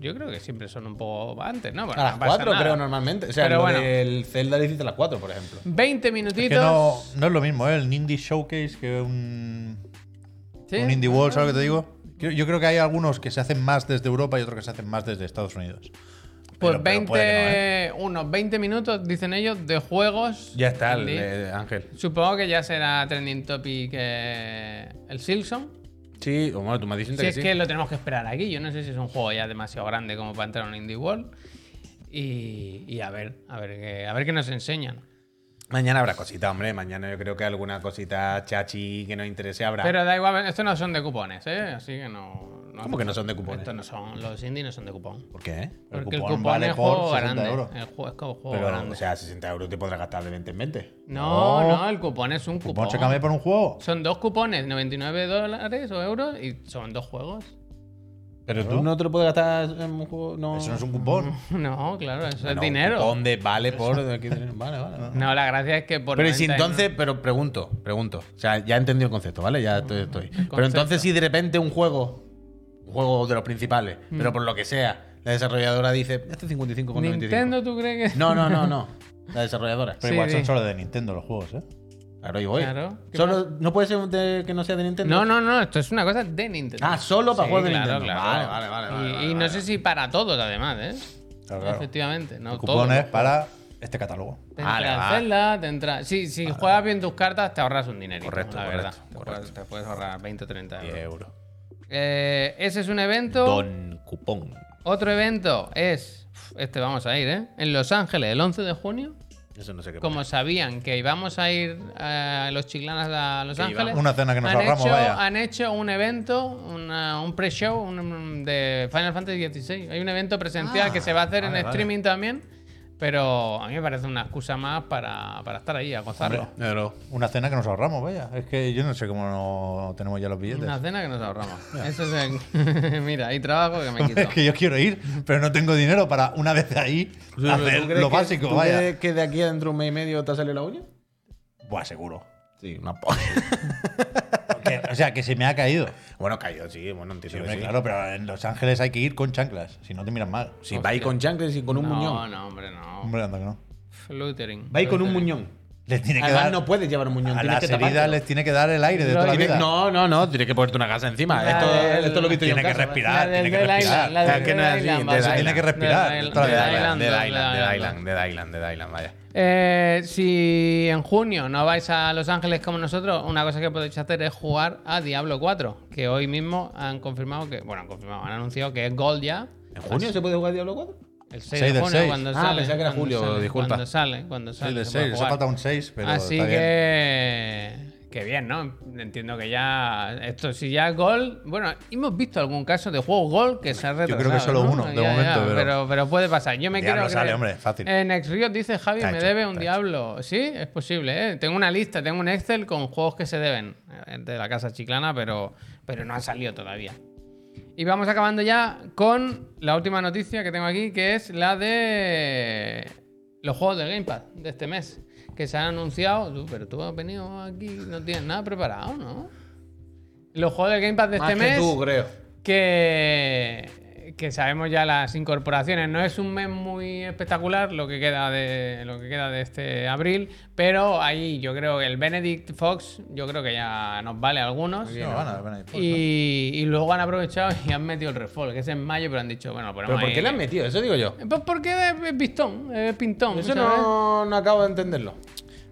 S1: Yo creo que siempre son un poco antes, ¿no? Bueno,
S2: A las
S1: no pasa
S2: 4
S1: nada.
S2: creo normalmente. O sea,
S1: Pero
S2: lo
S1: bueno.
S2: del Zelda lo hiciste a las 4, por ejemplo.
S1: 20 minutitos.
S3: Que no, no es lo mismo, ¿eh? El Indie Showcase que un,
S1: Sí.
S3: un Indie World, ¿sabes lo que te digo? Yo, yo creo que hay algunos que se hacen más desde Europa y otros que se hacen más desde Estados Unidos.
S1: Pues
S3: Pero-
S1: 20,
S3: pero puede que no, ¿eh?
S1: unos 20 minutos, dicen ellos, de juegos.
S2: Ya está, el,
S1: indie.
S2: eh, Ángel.
S1: Supongo que ya será trending topic eh, el Silson.
S2: Sí, o bueno, tú me has dicho
S1: Si
S2: que
S1: es
S2: sí.
S1: que lo tenemos que esperar aquí. Yo no sé si es un juego ya demasiado grande como para entrar a un Indie World. Y, y a ver, a ver, qué- a ver qué nos enseñan.
S2: Mañana habrá cosita, hombre. Mañana yo creo que alguna cosita chachi que nos interese habrá.
S1: Pero da igual, estos no son de cupones, ¿eh? Así que no. no
S2: ¿Cómo que no son de cupones?
S1: Estos no son, los indie no son de cupón.
S2: ¿Por qué?
S3: El
S1: Porque el
S3: cupón
S1: cupón
S3: vale
S1: es juego
S3: por 60
S1: grande.
S3: euros.
S1: El juego es como juego
S2: Pero,
S1: grande.
S2: o sea, 60 euros te podrás gastar de 20 en 20.
S1: no,
S3: no.
S1: no, el cupón es un cupón.
S3: ¿Cómo se cambia Pues por un juego?
S1: Son dos cupones, 99 dólares o euros, y son dos juegos.
S2: Pero tú no te lo puedes gastar en un juego. No.
S3: Eso no es un cupón.
S1: No, claro, eso es
S2: No,
S1: dinero.
S2: ¿Dónde vale por.? Vale, vale. vale.
S1: No, la gracia es que por.
S2: Pero y si
S1: 99
S2: entonces, pero pregunto, pregunto. O sea, ya he entendido el concepto, ¿vale? Ya estoy. estoy. Pero entonces, si de repente un juego, un juego de los principales,
S1: Mm.
S2: pero por lo que sea, la desarrolladora dice, este es 55,95.
S1: Nintendo, ¿tú crees que.?
S2: No, no, no, no. La desarrolladora.
S3: Pero
S1: Sí,
S3: igual son
S1: sí.
S3: solo de Nintendo los juegos, ¿eh?
S2: Claro, y voy.
S1: Claro.
S2: Solo, no puede ser de- que no sea de
S1: No,
S2: Nintendo.
S1: no, no, esto es una cosa de Nintendo.
S2: Ah, solo para
S1: Sí,
S2: juegos de
S1: claro,
S2: Nintendo.
S1: claro.
S2: Vale, vale, vale. vale,
S1: y,
S2: vale,
S1: y no
S2: vale.
S1: sé si para todos, además, ¿eh?
S3: Claro, claro.
S1: Efectivamente, no
S3: El
S1: todos.
S3: cupón es para este catálogo.
S1: Te
S2: Vale,
S1: entra
S2: vale.
S1: Zelda, te entra. Sí, si juegas bien tus cartas, te ahorras un dinerito.
S2: Correcto,
S1: la
S2: correcto,
S1: verdad. Te puedes- Te puedes ahorrar 20 o 30 euros.
S2: 10 euros.
S1: Eh, ese es un evento.
S2: Don cupón.
S1: Otro evento es. Uf, Este vamos a ir, ¿eh? En Los Ángeles, el 11 de junio.
S2: Eso no sé qué.
S1: Como sabían que íbamos a ir eh, los chiclanas a Los
S2: Que
S1: Ángeles.
S3: íbamos. Una cena que nos
S1: han
S3: ahorramos,
S1: hecho,
S3: vaya.
S1: Han hecho un evento, una- un pre-show un- un- de Final Fantasy XVI. Hay un evento
S2: Ah.
S1: presencial que se va a hacer en streaming también. Pero a mí me parece una excusa más para, para estar ahí, a gozarlo.
S2: No, no.
S3: Una cena que nos ahorramos, vaya. Es que yo no sé cómo no tenemos ya los billetes.
S1: Una cena que nos ahorramos. Eso es el- Mira, hay trabajo que me quito.
S3: Es que yo quiero ir, pero no tengo dinero para una vez ahí hacer lo básico,
S2: Pues, ¿tú
S3: vaya.
S2: crees que de aquí a dentro de un mes y medio te sale la uña?
S3: Buah, seguro.
S2: Sí, una po-
S3: Que- o sea, que se me ha caído.
S2: Bueno, cayó, sí, bueno, entiendo que
S3: Hombre,
S2: sí.
S3: Claro, pero en Los Ángeles hay que ir con chanclas, si no te miran mal.
S2: Si vais con chanclas y con un
S1: No,
S2: muñón.
S1: no, hombre, no.
S3: Hombre, anda que no.
S1: Luthering.
S2: Vais con un
S1: Luthering.
S2: muñón.
S3: Les tiene que
S2: Además,
S3: dar,
S2: no puedes llevar un muñón.
S3: a
S2: tienes
S3: las
S2: que
S3: heridas
S2: tapártelo.
S3: les tiene que dar el aire de toda la
S1: Tienes-
S3: vida.
S2: No, no, no, tienes que ponerte una gasa encima. eh.
S1: La
S2: esto,
S1: del-
S2: esto es lo que estoy yo
S3: tiene
S2: en casa,
S3: que
S2: ¿vale?
S3: respirar,
S1: La
S3: tiene
S1: del
S3: que
S1: Dead
S3: respirar.
S1: Island. La
S2: Ah,
S1: del
S2: que no es
S1: Dead
S2: así,
S1: Island.
S2: Dead
S1: vale.
S2: Island.
S3: Tiene que respirar,
S1: Dead
S3: toda la
S2: De
S3: vida.
S1: Dead
S2: Island, de
S1: Dead
S2: Island,
S1: Dead
S2: de Island, de Island, de Island, vaya.
S1: Eh, si en junio no vais a Los Ángeles como nosotros, una cosa que podéis hacer es jugar a Diablo 4, que hoy mismo han confirmado que, bueno, han confirmado, han anunciado que es Gold ya.
S2: ¿En
S1: Este
S2: junio se puede jugar Diablo 4?
S1: El 6,
S3: Seis
S1: de
S3: del
S1: junio,
S3: seis.
S1: cuando
S2: Ah,
S1: sale.
S2: pensaba que era
S1: cuando
S2: julio,
S1: sale,
S2: disculpa.
S1: Cuando sale, cuando
S3: Sí,
S1: sale.
S3: de
S1: se puede
S3: seis, eso
S1: jugar. Ah,
S3: falta un 6, pero
S1: Así
S3: está bien.
S1: que. Que bien, ¿no? Entiendo que ya. Esto, si ya Gol. Bueno, hemos visto algún caso de juego Gol que se ha retrasado.
S3: creo que solo
S1: ¿no?
S3: uno, de
S1: Ya, ya,
S3: momento, pero-
S1: pero. pero puede pasar. Yo me
S3: Diablo
S1: quiero.
S3: sale,
S1: creer-
S3: hombre, fácil.
S1: Eh, Next Riot dice: Javi,
S3: Está
S1: me
S3: hecho,
S1: debe un
S3: está
S1: diablo. Sí, es posible, ¿eh? Tengo una lista, tengo un Excel con juegos que se deben eh, de la casa chiclana, pero, pero no ha salido todavía. Y vamos acabando ya con la última noticia que tengo aquí, que es la de los juegos de Gamepad de este mes, que se han anunciado. Tú, pero tú has venido aquí, no tienes nada preparado, ¿no? Los juegos de Gamepad de
S2: Más
S1: este
S2: que
S1: mes
S2: tú, creo.
S1: que, que sabemos ya las incorporaciones. No es un mes muy espectacular lo que queda de lo que queda de este abril, pero ahí yo creo que el Benedict Fox, yo creo que ya nos vale a algunos.
S3: Sí, no, van a- van a ir por-
S1: Y, y luego han aprovechado y han metido el Refall, que es en mayo, pero han dicho, bueno, lo ponemos
S2: ¿Pero por
S1: ahí.
S2: qué le han metido? Eso digo yo.
S1: Pues porque es pistón, es pintón.
S2: Eso
S1: ¿sabes?
S2: no, no acabo de entenderlo.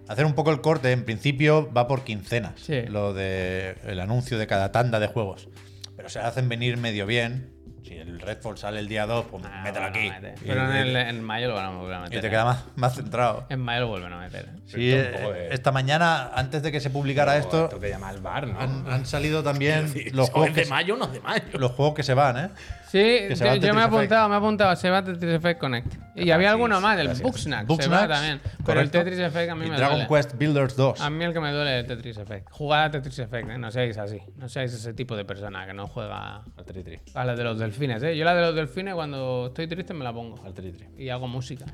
S3: Hacer un poco el corte, en principio va por quincenas,
S1: Sí.
S3: lo de el anuncio de cada tanda de juegos. Pero se hacen venir medio bien. Si el Redfall sale el día 2, pues
S1: Ah,
S3: mételo
S1: bueno,
S3: aquí.
S1: mete.
S3: Y,
S1: Pero en, el- en mayo lo van a volver a
S3: y
S1: meter.
S3: te
S1: ¿eh?
S3: queda más, más centrado.
S1: En mayo lo vuelven a meter. ¿eh?
S3: Sí,
S2: esto un poco
S3: eh,
S2: de-
S3: esta mañana, antes de que se publicara esto,
S2: Esto que llama al bar, ¿no?
S3: han, han salido también los,
S2: Eso es
S3: juegos
S2: de
S3: que, se-
S2: mayo, no es de mayo.
S3: los juegos que se van, ¿eh?
S1: Sí,
S3: Que se
S1: yo,
S3: va
S1: yo
S3: Tetris
S1: me he
S3: Effect.
S1: apuntado, me he apuntado. Se va Tetris Effect Connect. Y había alguno más, el Bugsnax. se va
S3: Bugsnax,
S1: también. Pero el
S3: correcto.
S1: Tetris Effect a mí
S3: Y
S1: me
S3: Dragon
S1: duele. Ah.
S3: Quest Builders 2.
S1: A mí el que me duele es el Tetris Effect. Jugad a Tetris Effect, ¿eh? no seáis así. No seáis ese tipo de persona que no juega
S2: Al tri tri.
S1: a la de los delfines. ¿eh? Yo la de los delfines cuando estoy triste me la pongo.
S2: Al tri tri.
S1: Y hago música.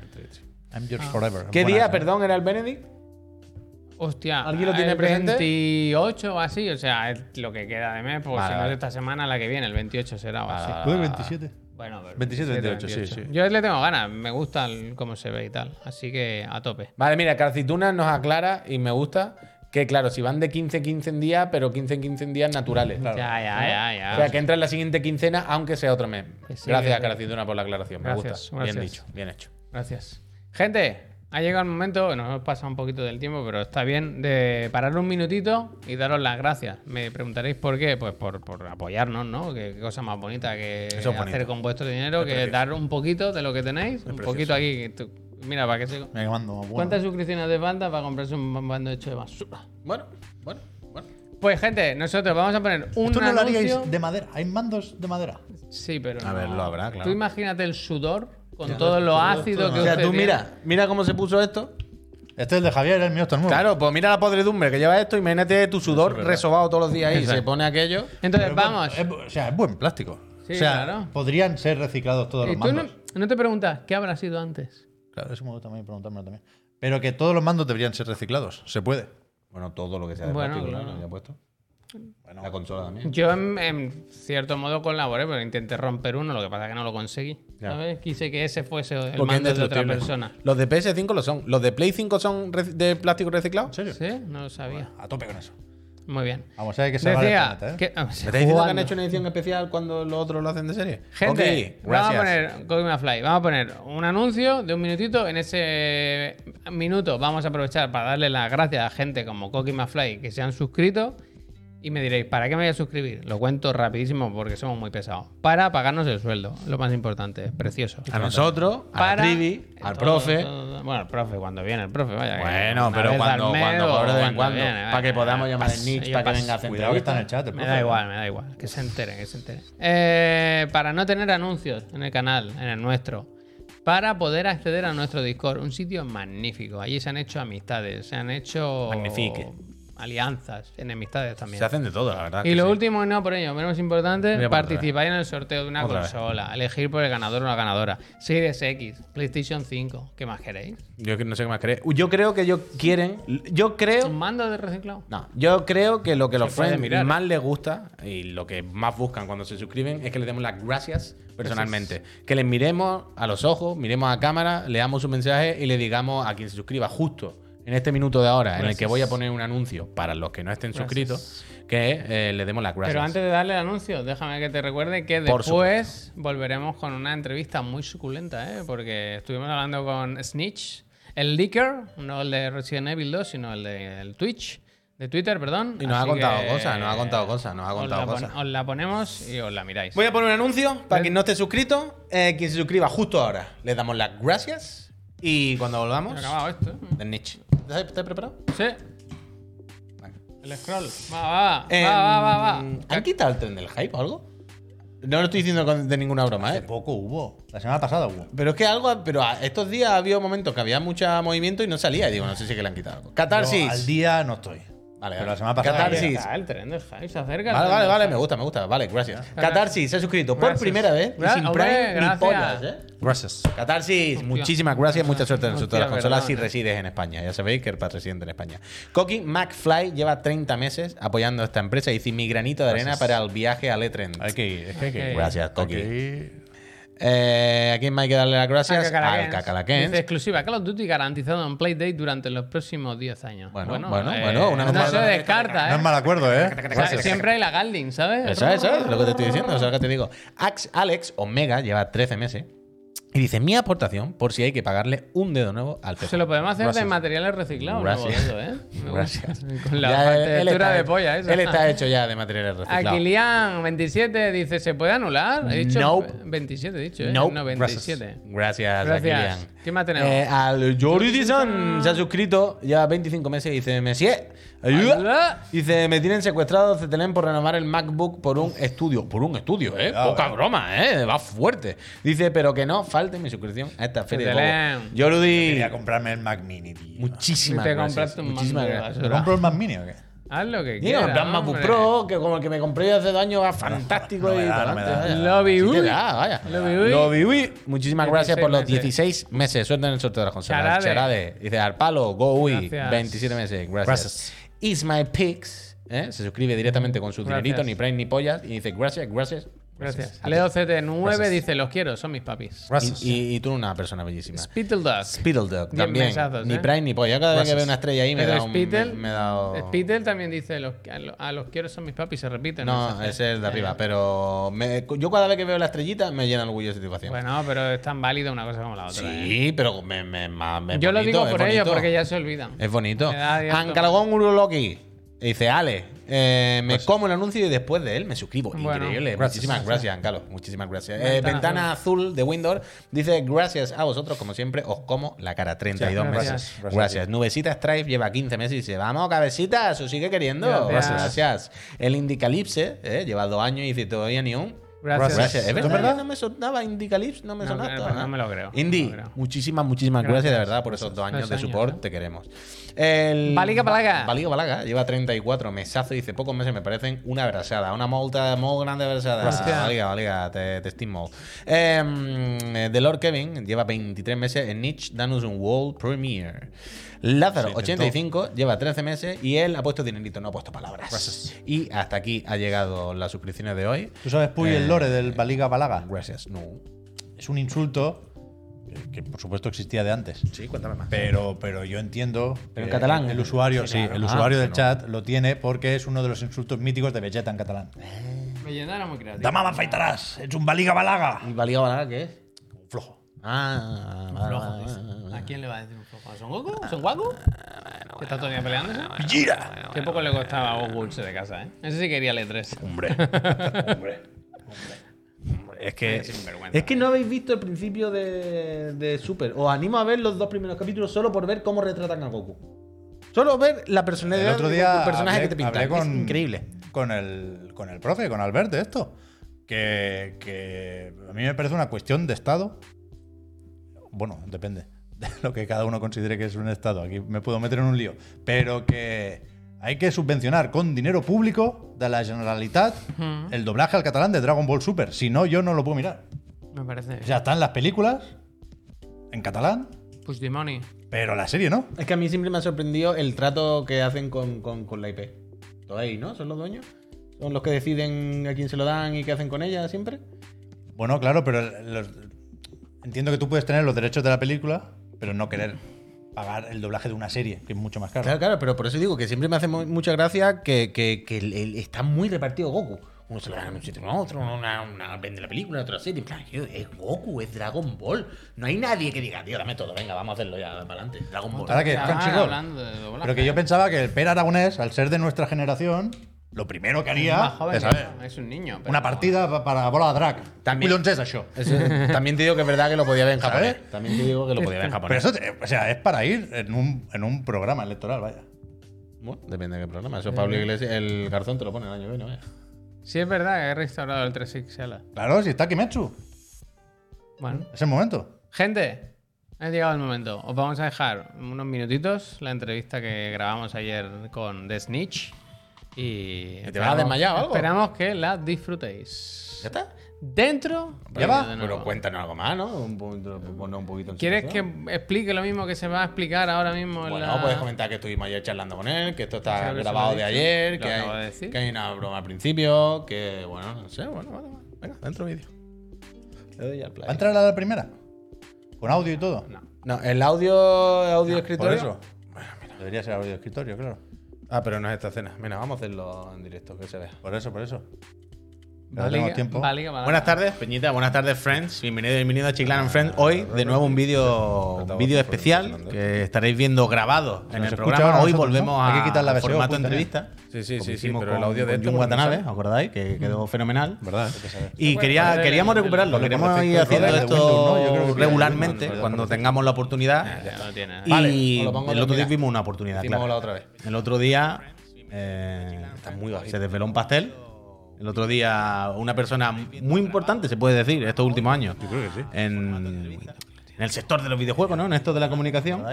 S3: I'm yours forever.
S2: ¿Qué
S3: Buenas,
S2: día,
S3: ¿eh?
S2: perdón, era el Benedict?
S1: Hostia,
S2: ¿Alguien lo tiene
S1: el
S2: presente?
S1: 28 o así, o sea, es lo que queda de mes, porque
S2: Vale,
S1: si no
S2: vale.
S3: Ah.
S1: es esta semana, la que viene, el 28 será o así.
S3: Joder, 27.
S1: Vaya, Bueno, pero-
S3: 27, 28, sí,
S2: 28.
S3: sí.
S1: Yo le tengo ganas, me gusta el- cómo se ve y tal. Así que a tope.
S2: Vale, mira, Carcituna nos aclara y me gusta que, claro, si van de 15 en 15 en días, pero 15 en 15 en días naturales.
S3: Claro.
S1: Ya, ya, ya, ya.
S2: O sea, que entra en la siguiente quincena, aunque sea otro mes.
S1: Que sí,
S2: gracias,
S1: que-
S2: Caracituna, por la aclaración. Me
S1: Gracias,
S2: gusta. Bien
S1: gracias.
S2: dicho, bien hecho.
S1: Gracias. Gente, ha llegado el momento, nos hemos pasado un poquito del tiempo, pero está bien, de parar un minutito y daros las gracias. Me preguntaréis por qué, pues por, por apoyarnos, ¿no? Qué, qué cosa más bonita que
S2: es
S1: hacer
S2: bonito.
S1: con vuestro dinero, que dar un poquito de lo que tenéis, un poquito aquí. que tú- mira, para que se...
S3: Me mando bueno.
S1: ¿Cuántas suscripciones de banda para comprarse un bando hecho de basura?
S2: Bueno, bueno, bueno.
S1: Pues gente, nosotros vamos a poner un
S3: Esto no lo
S1: anuncio.
S3: haríais de madera. Hay mandos de madera.
S1: Sí, pero
S2: A
S1: no.
S2: ver, lo habrá, claro.
S1: Tú imagínate el sudor con todo lo ácido que
S8: O sea,
S1: usted
S8: tú
S1: tiene.
S8: mira, mira cómo se puso esto.
S3: Este es el de Javier, el mío está nuevo.
S2: Claro, pues mira la podredumbre que lleva esto. Imagínate tu sudor resobado todos los días ahí. Se pone aquello.
S1: Entonces,
S3: Pero es buen-
S1: eh, vamos.
S3: es bu- o sea, es buen plástico.
S1: Sí,
S3: o sea,
S1: claro.
S3: podrían ser reciclados todos
S1: Y
S3: los
S1: tú
S3: mandos.
S1: no, no te preguntas, ¿qué habrá sido antes?
S3: Claro, eso me gusta también preguntármelo también. Pero que todos los mandos deberían ser reciclados. Se puede.
S2: Bueno, todo lo que sea de
S1: Bueno,
S2: plástico,
S1: claro.
S2: ¿no? Lo había puesto. la consola también.
S1: Yo, en, en cierto modo, colaboré, pero intenté romper uno, lo que pasa es que no lo conseguí.
S2: Ya.
S1: ¿Sabes? Quise que ese fuese el
S2: Porque es
S1: mando de otra
S2: indestructible.
S1: persona.
S2: Los de PS5 lo son. ¿Los de Play 5 son re- de plástico reciclado?
S3: ¿En serio?
S1: ¿Sí? No lo sabía.
S3: A tope con eso.
S1: Muy bien.
S3: Vamos, hay que salvar el
S1: Decía
S3: planeta, ¿eh?
S1: que...
S2: ¿Me estáis diciendo que han
S1: Jugando.
S2: hecho una edición especial cuando los otros lo hacen de serie?
S1: Gente,
S2: Ok,
S1: vamos a
S2: gracias.
S1: poner Call Me a Fly, vamos a poner un anuncio de un minutito. En ese minuto vamos a aprovechar para darle las gracias a gente como Coqui Fly que se han suscrito. Y me diréis, ¿para qué me voy a suscribir? Lo cuento rapidísimo porque somos muy pesados. Para pagarnos el sueldo, lo más importante, precioso.
S2: A nosotros, a la
S1: Para-
S2: Trivi, al
S1: todo,
S2: profe.
S1: todo, todo. bueno, al profe, cuando viene el profe, vaya. que
S2: Bueno,
S1: una
S2: pero
S1: vez
S2: cuando,
S1: al mes
S2: cuando,
S1: o
S2: cobre de vez en
S1: cuando
S2: cuando.
S1: viene,
S2: para que
S1: vaya,
S2: podamos llamar
S1: pas-
S2: al Nitch,
S1: yo
S2: para que
S1: pas-
S2: venga a hacer
S3: Cuidado que está en el chat. el
S1: me
S3: profe.
S1: da igual, me da igual. Que se enteren, que se enteren. Eh, para no tener anuncios en el canal, en el nuestro. Para poder acceder a nuestro Discord, un sitio magnífico. Allí se han hecho amistades, se han hecho
S2: Magnifique.
S1: alianzas, enemistades también.
S2: Se hacen de todo, la verdad.
S1: Y
S2: que
S1: lo
S2: sí.
S1: último, y no por ello, menos importante,
S2: Mira por otra vez.
S1: participar en el sorteo de una
S2: Otra vez.
S1: consola, elegir por el ganador o la ganadora. Series X, PlayStation 5, ¿qué más queréis?
S2: Yo que no sé qué más creer. Yo creo que ellos quieren. Yo
S1: ¿Un
S2: creo.
S1: mando de reciclado?
S2: No, yo creo que lo que los
S1: puede
S2: friends
S1: mirar.
S2: más les gusta y lo que más buscan cuando se suscriben es que les demos las gracias personalmente. Que les miremos a los ojos, miremos a cámara, leamos su mensaje y le digamos a quien se suscriba justo en este minuto de ahora en el que voy a poner un anuncio para los que no estén suscritos, que eh, le demos las gracias.
S1: Pero antes de darle el anuncio, déjame que te recuerde que
S2: Por
S1: después volveremos con una entrevista muy suculenta, ¿eh? porque estuvimos hablando con Snitch, el leaker, no el de Resident Evil 2, sino el de el Twitch, de Twitter, perdón.
S2: Y nos
S1: Así
S2: ha contado
S1: que,
S2: cosas, nos ha contado cosas, nos ha
S1: os
S2: contado
S1: la pon-
S2: cosas.
S1: Os la ponemos y os la miráis.
S2: Voy a poner un anuncio para quien no esté suscrito, eh, quien se suscriba justo ahora. Le damos las gracias y cuando volvamos,
S1: Se ha acabado esto. ¿eh?
S2: del niche. ¿Estás estás preparado?
S1: Sí.
S2: Venga.
S1: El scroll. Va, va, va.
S2: Em,
S1: va, va, va, va.
S2: ¿Han quitado el tren del hype o algo? No lo estoy diciendo con- de ninguna broma,
S3: Hace
S2: ¿eh?
S3: poco hubo. La semana pasada hubo.
S2: Pero es que algo. Pero a- estos días ha habido momentos que había mucho movimiento y no salía. Y digo, no sé si es que le han quitado algo. Catarsis.
S3: Yo al día no estoy.
S2: Vale,
S3: Pero
S2: vale.
S3: la semana pasada.
S2: Catarsis.
S1: Ya está, El tren del hype se acerca. el tren
S2: Vale, vale,
S1: del
S2: vale,
S1: hype.
S2: me gusta, me gusta. Vale, gracias. Catarsis se ha suscrito por
S1: Gracias.
S2: primera vez. Y
S1: Gra-
S2: sin
S1: hombre,
S2: Prime ni
S1: gracias.
S2: pollas, ¿eh?
S3: Gracias.
S2: Catarsis, muchísimas gracias, mucha suerte en el sorteo de las
S1: Hostia,
S2: consolas si
S1: perdón, eh.
S2: resides en España. Ya sabéis que el padre residente en España. Coqui McFly lleva 30 meses apoyando a esta empresa y dice mi granito de arena para el viaje al E E30.
S3: Hay que ir. Es que hay
S1: Eh,
S3: que ir.
S2: Gracias, Coqui.
S3: Hay que ir.
S2: Eh, ¿A quién más hay que darle las gracias?
S1: Cacalaquens.
S2: Al Cacalaquens.
S1: Dice, exclusiva Call of Duty garantizado en Play Day durante los próximos 10 años.
S2: Bueno, bueno, bueno, una
S1: no
S2: nota-
S1: se descarta, ¿eh?
S3: No es mal acuerdo, ¿eh?
S1: O sea, siempre hay la Galding, ¿sabes?
S2: Eso es, eso es lo que te estoy diciendo, eso es lo que te digo. Ax Alex Omega lleva 13 meses y dice mi aportación por si hay que pagarle un dedo nuevo al Pepe.
S1: Se lo podemos hacer
S2: Gracias.
S1: de materiales reciclados.
S2: Gracias.
S1: luego, ¿eh? Me
S2: Gracias.
S1: gusta. Con la
S2: Ya él- él
S1: textura
S2: está-
S1: de polla, eso.
S2: Él está hecho ya de materiales reciclados.
S1: Aquilian27 Ah, dice, ¿se puede anular? He dicho
S2: Nope.
S1: 27, he dicho, ¿eh?
S2: Nope.
S1: No, 27.
S2: Gracias,
S1: Gracias.
S2: Aquilian.
S1: ¿Qué más tenemos?
S2: Eh, al Jordi Dizon se ha suscrito, lleva 25 meses y dice, Messier, ayuda.
S1: Ayuda.
S2: Dice, me tienen secuestrado CTLM por renovar el MacBook por un estudio. Por un estudio, ¿eh?
S3: Cuidado,
S2: Poca
S3: eh.
S2: broma, ¿eh? Va fuerte. dice, pero que no falte mi suscripción a esta feria de
S1: CTLM.
S2: juegos. Jordi,
S3: Quería comprarme el Mac Mini, tío.
S1: Si
S2: muchísimas
S1: te
S2: gracias.
S1: compraste un
S2: Muchísimas
S1: mando de
S2: gracias.
S3: ¿Me
S1: basura.
S3: compro el Mac Mini o qué?
S1: Haz lo que
S2: Mira,
S1: quieras.
S2: en plan MacBook
S1: hombre.
S2: Pro, que como el que me compré hace dos años, va fantástico.
S3: no me
S2: y
S3: da,
S2: para
S3: no me
S2: adelante,
S3: da.
S2: vaya.
S1: Lobby
S2: Sí te
S1: Uy.
S2: da, vaya.
S1: Lobby Uy.
S2: Lobby Uy. Muchísimas gracias por los
S1: 16
S2: 16 meses. Suelta en el sorteo de las consolas. Charade.
S1: Charade.
S2: Dice Arpalo, Go Uy.
S1: Gracias.
S2: 27 meses. Gracias.
S3: Gracias.
S2: Is My Pigs. ¿eh? Se suscribe directamente con su
S1: Gracias.
S2: dinerito, ni Prime ni pollas. Y dice gracias, gracias,
S1: Gracias. Leo CT9 dice: Los quiero, son mis papis.
S3: Gracias.
S2: Y, y- y tú eres una persona bellísima.
S1: Spittle Duck.
S2: Spittle Duck
S1: Bien
S2: también.
S1: mensajes,
S2: Ni
S1: ¿eh?
S2: Prime ni Polla. Cada vez que
S3: Gracias.
S2: veo una estrella ahí me
S1: Pero
S2: da un.
S1: Spittle,
S2: me- me ha dado-
S1: Spittle también dice: los, a, lo- a los quiero, son mis papis. Se repiten.
S2: No,
S1: Entonces,
S2: ese es el de
S1: eh,
S2: arriba. Pero me- yo cada vez que veo la estrellita me llena el orgullo de satisfacción.
S1: Bueno, pero es tan válida una cosa como la otra. ¿eh?
S2: sí, pero me, me- ma- me- es
S1: Yo lo
S2: bonito,
S1: digo
S2: es
S1: por ello,
S2: bonito.
S1: porque ya se olvidan.
S2: Es bonito.
S1: Me da abierto.
S2: Ancalagón Uroloki. Dice, Ale, eh, me como el anuncio y después de él me suscribo.
S1: Bueno.
S2: Increíble.
S3: Gracias.
S2: Muchísimas gracias, Ancalo. Muchísimas gracias. Eh,
S1: Ventana
S2: Ventana, azul. de Windows dice, gracias a vosotros, como siempre, os como la cara. 32
S1: Sí,
S2: meses.
S1: gracias.
S2: Gracias. Nubecita Stripe lleva 15 meses y dice, vamos, cabecita, eso sigue queriendo.
S1: Gracias.
S2: Gracias. El Indicalipse eh, lleva dos años y dice, todavía ni un.
S1: Gracias.
S2: Gracias. Es
S3: ¿Es
S2: verdad,
S3: verdad?
S2: no me sonaba Indicalips, no me
S1: No,
S2: sonaba.
S1: no, no me lo creo,
S2: Indy,
S1: no me lo creo.
S2: muchísimas, muchísimas gracias, de
S1: Gracias.
S2: verdad por esos dos años
S1: Dos
S2: de
S1: años,
S2: support,
S1: ¿eh?
S2: te queremos. El
S1: Baliga Balaga.
S2: Baliga Balaga lleva 34 mesazo y dice pocos meses me parecen una brasada, una molta muy grande brasada.
S1: Hostia.
S2: Baliga, Baliga, te, te estimo. Em, eh, The Lord Kevin lleva 23 meses en Niche Danus un World Premiere. Lázaro,
S3: Se intentó.
S2: 85, lleva 13 meses y él ha puesto dinerito, no ha puesto palabras. Y hasta aquí ha llegado las suscripciones de hoy.
S3: ¿Tú sabes, Puy, el lore del Baliga Balaga?
S2: Gracias. No.
S3: Es un insulto que- que, por supuesto, existía de antes.
S2: Sí, cuéntame más.
S3: Pero, pero yo entiendo.
S2: Pero en
S3: que
S2: catalán.
S3: El usuario,
S2: Sí,
S3: sí,
S2: claro.
S3: el
S2: Ah,
S3: usuario del
S2: no.
S3: chat lo tiene porque es uno de los insultos míticos de Vegeta en catalán.
S1: Leyenda era muy creativa.
S3: ¡Dama, afeitarás! ¡Es un baliga balaga!
S2: ¿Y Baliga Balaga qué es?
S3: Flojo.
S2: Ah, Ah, vale,
S1: Flojo,
S2: vale,
S1: dice.
S2: vale, vale.
S1: ¿A quién le va a decir un flojo? ¿A Son Goku? ¿Son Goku? ¿Que está todavía peleándose?
S3: ¡Gira!
S1: Qué poco le costaba a Goku irse de casa, ¿eh? Ese sí quería letres.
S3: Hombre. Hombre.
S2: Es que,
S1: sinvergüenza.
S2: es que no habéis visto el principio de, de Super. Os animo a ver los dos primeros capítulos solo por ver cómo retratan a Goku. Solo ver la personalidad
S3: El otro
S2: de
S3: día
S2: Goku, el personaje
S3: hablé-
S2: que te pintan.
S3: hablé con,
S2: Es increíble.
S3: Con el, con el profe, con Albert de esto. Que, que a mí me parece una cuestión de Estado. Bueno, depende de lo que cada uno considere que es un Estado. Aquí me puedo meter en un lío. Pero que hay que subvencionar con dinero público de la Generalitat el doblaje al catalán de Dragon Ball Super. Si no, yo no lo puedo mirar.
S1: Me parece.
S3: Ya están las películas en catalán,
S1: Push the money.
S3: pero la serie no.
S2: Es que a mí siempre me ha sorprendido el trato que hacen con, con, con la IP. Todo ahí, ¿no? Son los dueños. Son los que deciden a quién se lo dan y qué hacen con ella siempre.
S3: Bueno, claro, pero los- entiendo que tú puedes tener los derechos de la película, pero no querer pagar el doblaje de una serie, que es mucho más caro.
S2: Claro, claro, pero por eso digo que siempre me hace mu- mucha gracia que, que- que el- el- está muy repartido Goku. Uno se lo gana en un sitio en otro, uno una, una vende la película, otro serie. En plan, tío, es Goku, es Dragon Ball. No hay nadie que diga, tío, dame todo, venga, vamos a hacerlo ya para adelante. Dragon Ball.
S3: Ahora que es
S1: Estaban
S3: Crunchyroll.
S1: hablando de doblaje.
S3: Pero que yo pensaba que el Per Aragonés, al ser de nuestra generación, lo primero que
S1: Es más
S3: haría
S1: joven
S3: es
S1: que
S3: saber,
S1: yo, es un niño. pero-
S3: una partida pa- para bola de drag.
S2: También.
S3: Cuidón César Show.
S2: Eso- también te digo que es verdad que lo podía ver en japonés.
S3: ¿Sabes?
S2: También te digo que lo podía ver en
S3: Pero
S2: japonés.
S3: eso, te- o sea, es para ir en un, en un programa electoral, vaya.
S2: Bueno, depende de qué programa. Eso Pablo Iglesias, el garzón te lo pone el año que viene. vaya.
S1: Sí, es verdad que he restaurado el 3XL.
S3: Claro, si está Kimetsu,
S1: Bueno.
S3: es el momento.
S1: Gente, ha llegado el momento. Os vamos a dejar unos minutitos la entrevista que grabamos ayer con The Snitch. Y.
S2: te vas a desmayar o algo?
S1: Esperamos que la disfrutéis.
S2: ¿Ya está?
S1: Dentro.
S3: Ya va.
S1: de nuevo.
S2: Pero cuéntanos algo más, ¿no? Un, poquito- ponnos un poquito en
S1: ¿Quieres
S2: situación.
S1: que explique lo mismo que se va a explicar ahora mismo? en
S2: Bueno,
S1: la-
S2: puedes comentar que estuvimos ayer charlando con él, que
S1: Ya
S2: esto está
S1: lo
S2: grabado
S1: se lo
S2: de
S1: he dicho,
S2: ayer,
S1: lo
S2: que
S1: acabo de
S2: hay,
S1: decir.
S2: que hay una broma al principio, que bueno, no sé, bueno, vale, vale. Venga, dentro vídeo. Le doy al play.
S3: ¿Va a entrar a la primera? Con audio y todo.
S1: No.
S2: No, el audio, audio escritorio.
S3: Por eso. Debería ser audio escritorio, claro.
S2: Ah, pero no es esta cena. Mira, vamos a hacerlo en directo, que se vea.
S3: Por eso, por eso. No
S1: Vale,
S3: tenemos
S1: que-
S3: tiempo.
S1: vale, que va.
S2: Buenas tardes, Peñita. Buenas tardes, friends. Bienvenido, bienvenido a Chiclana and Friends. Hoy, de nuevo, un vídeo un vídeo especial que estaréis viendo grabado en
S3: Nos
S2: el
S3: escucha
S2: programa.
S3: ahora
S2: Hoy
S3: nosotros,
S2: volvemos
S3: ¿no? Hay que
S2: a
S3: quitar la
S2: al
S3: BSO,
S2: formato
S3: pues,
S2: entrevista.
S8: Sí, sí,
S2: como
S8: sí, sí,
S2: hicimos
S8: pero el
S2: con-
S8: audio de
S2: con
S8: esto
S2: Jun
S8: no lo
S2: Watanabe,
S8: sale.
S2: ¿os acordáis? Que quedó fenomenal.
S3: ¿Verdad?
S2: Y quería,
S8: pues,
S1: poner
S2: queríamos
S1: el- el-
S2: recuperarlo,
S1: el-
S2: queremos
S3: el-
S2: ir
S3: el-
S2: haciendo
S3: el- el-
S2: esto
S3: Windows, ¿no? Yo creo que sí,
S2: regularmente,
S3: el- el- el-
S2: cuando
S3: el-
S2: tengamos la oportunidad.
S1: Ya no tiene.
S2: Y
S1: Vale.
S8: o lo pongo
S2: el
S8: otra
S2: otro día
S8: vez.
S2: tuvimos una oportunidad,
S8: Hicimos
S2: claro.
S8: la otra vez.
S2: El otro día eh, está muy bajo, se desveló un pastel. El otro día una persona muy importante, se puede decir, estos últimos años. En, en el sector de los videojuegos, ¿no? En esto de la comunicación.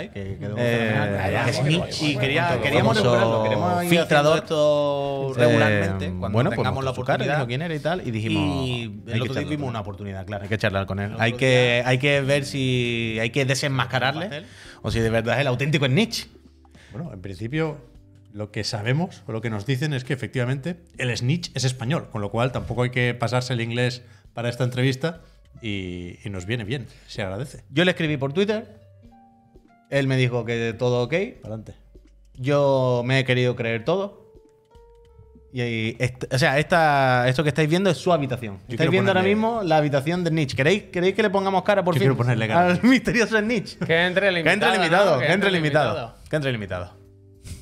S2: Eh, es Nietzsche, y quería- queríamos
S8: famoso
S2: recuperarlo, queremos ir
S8: filtrador.
S2: haciendo esto regularmente
S9: Eh,
S2: cuando tengamos la oportunidad
S9: pues quién era y tal, y dijimos.
S2: y
S9: hay
S2: el
S9: que
S2: otro día
S9: echarlo
S2: vimos
S9: otra
S2: una oportunidad, claro, hay que charlar con él. Hay que, hay que ver si hay que desenmascararle o si de verdad es el auténtico es Nietzsche.
S3: Bueno, en principio, Lo que sabemos o lo que nos dicen es que efectivamente el snitch es español, con lo cual tampoco hay que pasarse el inglés para esta entrevista y, y nos viene bien, se agradece.
S8: Yo le escribí por Twitter. Él me dijo que todo ok.
S3: Para adelante.
S8: Yo me he querido creer todo. Y, ahí, est- o sea, esta, esto que estáis viendo es su habitación.
S3: quiero
S8: estáis viendo ahora
S3: ponerle-
S8: mismo la habitación de Nietzsche. ¿Queréis, ¿Queréis que le pongamos cara por
S3: Yo
S8: fin
S3: quiero ponerle cara.
S8: al misterioso Nietzsche?
S1: Que entre el
S8: Que
S1: invitado.
S8: entre el invitado,
S1: ¿no?
S8: que entre el invitado. Que entre el invitado.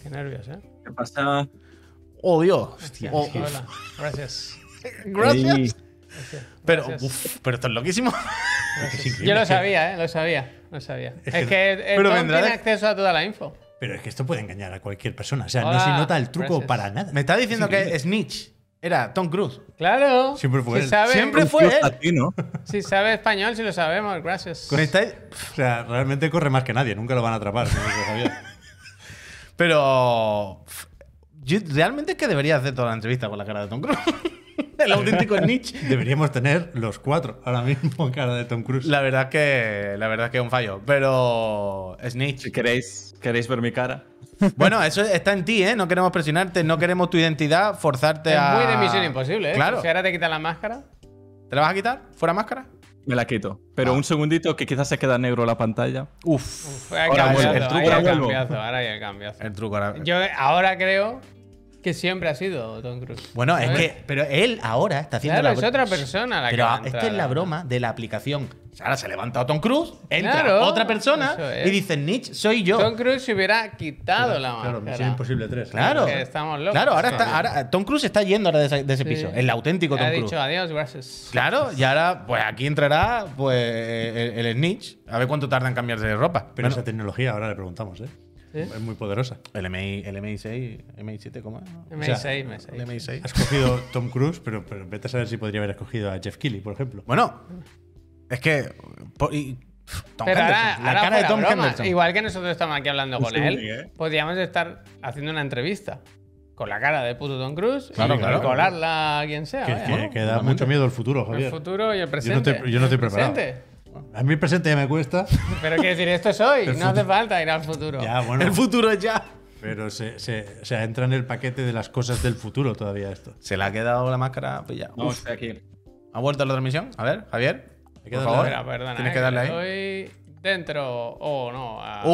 S1: Qué nervios, ¿eh?
S9: ¿Qué pasa?
S8: Oh, Dios.
S1: Hostia,
S8: Oh,
S1: sí, hola. Gracias.
S8: gracias.
S9: Ey,
S8: Pero,
S1: Gracias.
S8: uf, pero esto es loquísimo.
S3: Es increíble.
S1: Yo lo sabía, ¿eh? Lo sabía. Lo sabía. Es que, eh,
S8: Pero
S1: Tom
S8: vendrá
S1: tiene
S8: de-
S1: acceso a toda la info.
S3: Pero es que esto puede engañar a cualquier persona. O sea, no
S1: Hola,
S3: se nota el truco
S1: gracias.
S3: para nada.
S8: Me está diciendo que Snitch era Tom Cruise.
S1: Claro.
S3: Siempre fue
S1: si
S3: él.
S1: Sabe,
S8: Siempre fue
S9: Dios,
S8: él.
S9: a ti, ¿no?
S1: Si sabe español, si lo sabemos, gracias.
S8: Me está-
S3: O sea, realmente corre más que nadie. Nunca lo van a atrapar. como lo sabía.
S8: Pero. pf, yo realmente es que debería hacer toda la entrevista con la cara de Tom Cruise. El auténtico Snitch.
S3: Deberíamos tener los cuatro ahora mismo cara de Tom Cruise.
S8: La verdad es que. La verdad es que es un fallo. Pero.
S9: Si
S8: Snitch.
S9: queréis, queréis ver mi cara.
S8: Bueno, eso está en ti, ¿eh? No queremos presionarte, no queremos tu identidad, forzarte
S1: es
S8: a.
S1: muy de misión imposible, ¿eh?
S8: Claro.
S1: Si ahora te quitan la máscara.
S8: ¿Te la vas a quitar? ¿Fuera máscara? Ah.
S9: Me la quito. Pero un segundito que quizás se queda negro la pantalla.
S8: Uf.
S1: Fue el
S9: Ahora
S1: cambiazo,
S9: vuelvo, el truco,
S1: ahí el
S9: ahora vuelvo.
S1: cambiazo, ahora hay el cambiazo.
S8: El truco ahora.
S1: Yo ahora creo que siempre ha sido Tom Cruise.
S8: Bueno, es
S1: ¿Sabes?
S8: que. Pero él ahora está haciendo.
S1: Claro,
S8: la
S1: es
S8: bro-
S1: otra persona la que
S8: Pero
S1: va a
S8: ah, esta
S1: entrar.
S8: es la broma de la aplicación. Ahora se levanta Tom Cruise, entra
S1: Claro,
S8: otra persona
S1: eso es.
S8: y dice, Nietzsche, soy yo.
S1: Tom Cruise se hubiera quitado la máscara.
S3: claro, Misión Imposible ¿eh? 3.
S8: Claro.
S1: Que estamos locos.
S8: Claro, ahora,
S1: Sí.
S8: está, ahora Tom Cruise está yendo ahora de ese, de ese
S1: Sí.
S8: piso. El auténtico
S1: Ha
S8: Tom
S1: dicho
S8: Cruise.
S1: adiós, gracias.
S8: Claro, y ahora, pues aquí entrará pues el, el snitch. A ver cuánto tarda en cambiarse de ropa.
S3: Pero
S8: Bueno,
S3: esa tecnología ahora le preguntamos, ¿eh? Es muy poderosa.
S8: el, MI, el MI6, MI7, ¿cómo es?
S1: M6,
S8: El
S1: M6.
S8: MI6.
S3: Has cogido Tom Cruise, pero, pero vete a saber si podría haber escogido a Jeff Keighley, por ejemplo.
S8: Bueno, es que. por- y- Tom
S1: Pero ahora,
S8: Henderson, la
S1: ahora
S8: cara de
S1: fuera
S8: Tom
S1: broma,
S8: Henderson.
S1: Igual que nosotros estamos aquí hablando con él,
S9: segundo, ¿eh?
S1: podríamos estar haciendo una entrevista con la cara de puto Tom Cruise
S8: Claro,
S1: y
S8: claro.
S1: colarla a quien sea.
S3: Que,
S8: Ah,
S1: vaya.
S3: que- que da mucho miedo el futuro,
S1: el
S3: Javier.
S1: futuro y el
S3: Yo no,
S1: presente.
S3: te- yo no estoy
S1: El
S3: preparado.
S1: presente.
S3: A mí el presente ya me cuesta.
S1: Pero quiero decir, esto es hoy, no hace falta ir al futuro.
S3: ya, bueno.
S8: El futuro es ya.
S3: Pero se, se- o sea, entra en el paquete de las cosas del futuro todavía esto.
S8: Se le ha quedado la
S2: Ah,
S8: máscara pues ya.
S9: No,
S8: Uf.
S9: estoy aquí.
S8: ¿Ha vuelto a la transmisión? A ver, Javier.
S3: que
S8: Por
S3: darle-
S8: favor.
S1: Espera, perdona,
S8: Tienes
S1: eh,
S8: que darle
S1: le
S8: ahí.
S1: doy dentro o no. a-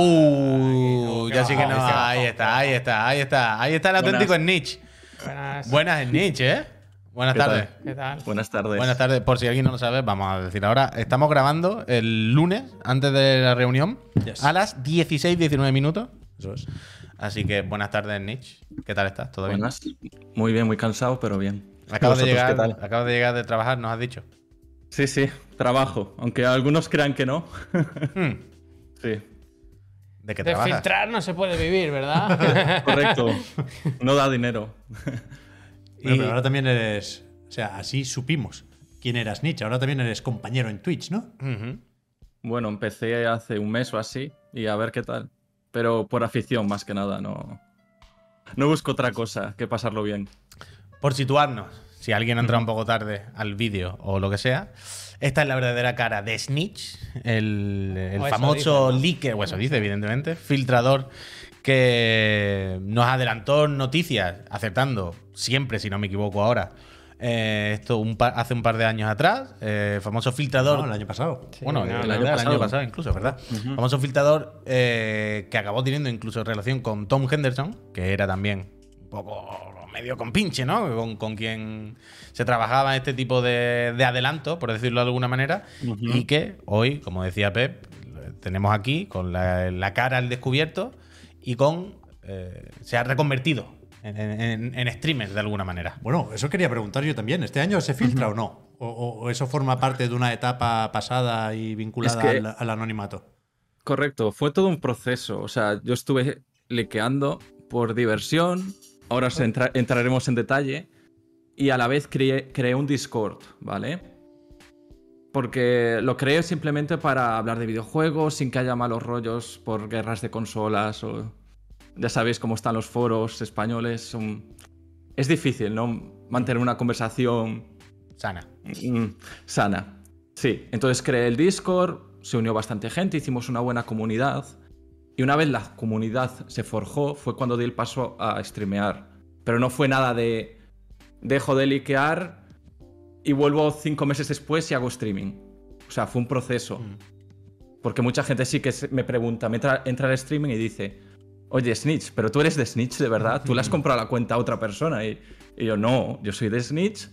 S8: Uh,
S1: qué
S8: ya sí que
S1: bajón,
S8: no.
S1: qué
S8: Ahí
S1: bajón.
S8: está, ahí está, ahí está. Ahí está el auténtico Snitch.
S1: Buenas.
S8: Buenas, Snitch, ¿eh? Buenas
S9: ¿Qué tal?
S8: tardes.
S1: ¿Qué tal?
S9: Buenas tardes.
S8: Buenas tardes. Por si alguien no lo sabe, vamos a decir ahora. Estamos grabando el lunes, antes de la reunión,
S3: Yes.
S8: a las 16, 19 minutos.
S3: Eso es.
S8: Así que buenas tardes, Snitch. ¿Qué tal estás? ¿Todo bien?
S9: Buenas. Muy bien, muy cansado, pero bien.
S8: Acabas de,
S9: ¿Vosotros
S8: llegar,
S9: qué tal?
S8: acabas de llegar de trabajar, nos has dicho.
S9: Sí, sí, trabajo. Aunque algunos crean que no.
S8: Hmm,
S9: Sí,
S8: ¿De qué
S1: De
S8: trabajas?
S1: filtrar no se puede vivir, ¿verdad?
S9: correcto. No da dinero.
S3: Bueno,
S8: Y-
S3: pero ahora también eres. O sea, así supimos quién eras Nietzsche. Ahora también eres compañero en Twitch, ¿no?
S8: Ujú.
S9: Bueno, empecé hace un mes o así y a ver qué tal. Pero por afición, más que nada, no. No busco otra cosa que pasarlo bien.
S8: Por situarnos, si alguien ha entrado un poco tarde al vídeo o lo que sea, esta es la verdadera cara de Snitch, el, el
S1: O eso
S8: famoso leaker, o eso dice, evidentemente, filtrador que nos adelantó noticias, acertando siempre, si no me equivoco ahora, eh, esto un par- hace un par de años atrás, eh, famoso filtrador
S3: No, el año pasado.
S8: bueno,
S1: no,
S8: el,
S9: el
S8: año
S9: año
S8: pasado.
S9: pasado.
S8: incluso, ¿verdad? Famoso filtrador eh, que acabó teniendo incluso relación con Tom Henderson, que era también un poco medio compinche, ¿no? Con, con quien se trabajaba este tipo de, de adelanto, por decirlo de alguna manera, y que hoy, como decía Pep, tenemos aquí con la, la cara al descubierto y con... eh, se ha reconvertido en, en- en streamer de alguna manera.
S3: Bueno, eso quería preguntar yo también. ¿Este año se filtra o no? ¿O, o- o eso forma parte de una etapa pasada y vinculada
S9: Es que-
S3: al, al anonimato?
S9: Correcto, fue todo un proceso. O sea, yo estuve liqueando por diversión. Ahora os entra- entraremos en detalle. Y a la vez creé, creé un Discord, ¿vale? Porque lo creé simplemente para hablar de videojuegos, sin que haya malos rollos por guerras de consolas o. Ya sabéis cómo están los foros españoles. son- Es difícil, ¿no? Mantener una conversación
S8: Sana.
S9: Mm, sana. Sí, entonces creé el Discord, se unió bastante gente, hicimos una buena comunidad Y una vez la comunidad se forjó, fue cuando di el paso a streamear. Pero no fue nada de dejo de liquear y vuelvo cinco meses después y hago streaming. O sea, fue un proceso. Porque mucha gente sí que se- me pregunta, me entra, entra al streaming y dice, oye, Snitch, pero tú eres de Snitch de verdad, tú le has comprado la cuenta a otra persona. Y, y yo, no, yo soy de Snitch,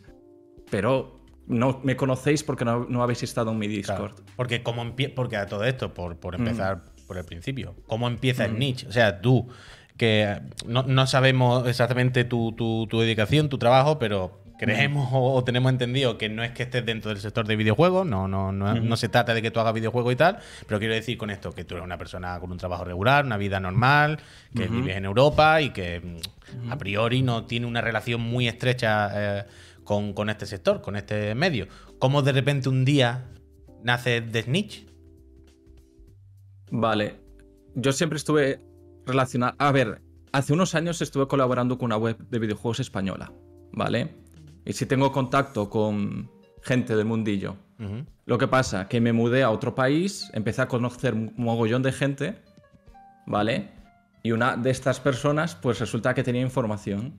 S9: pero no me conocéis porque no, no habéis estado en mi
S2: Claro,
S9: Discord.
S2: Porque, como empie- porque a todo esto, por, por empezar por el principio, ¿cómo empieza el niche? O sea, tú, que no, no sabemos exactamente tu, tu, tu dedicación, tu trabajo, pero creemos o, o tenemos entendido que no es que estés dentro del sector de videojuegos, no, no, no,
S8: Mm.
S2: no se trata de que tú hagas videojuegos y tal, pero quiero decir con esto que tú eres una persona con un trabajo regular, una vida normal, que vives en Europa y que mm, a priori no tiene una relación muy estrecha eh, con, con este sector, con este medio. ¿Cómo de repente un día nace The Snitch?
S9: Vale. Yo siempre estuve relacionado. A ver, hace unos años estuve colaborando con una web de videojuegos española, ¿vale? Y sí tengo contacto con gente del mundillo.
S2: Ujú.
S9: Lo que pasa, que me mudé a otro país, empecé a conocer un mogollón de gente, ¿vale? Y una de estas personas, pues resulta que tenía información.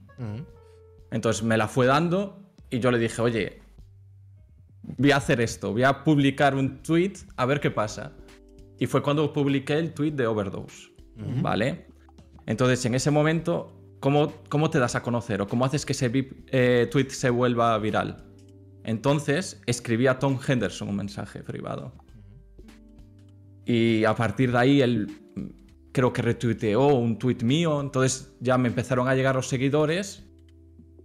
S9: Entonces me la fue dando y yo le dije, oye, voy a hacer esto, voy a publicar un tweet a ver qué pasa. Y fue cuando publiqué el tweet de Overdose, ¿vale? Entonces en ese momento, ¿cómo, cómo te das a conocer o cómo haces que ese vi- eh, tweet se vuelva viral? Entonces escribí a Tom Henderson un mensaje privado. Y a partir de ahí él mm, creo que retuiteó un tweet mío, entonces ya me empezaron a llegar los seguidores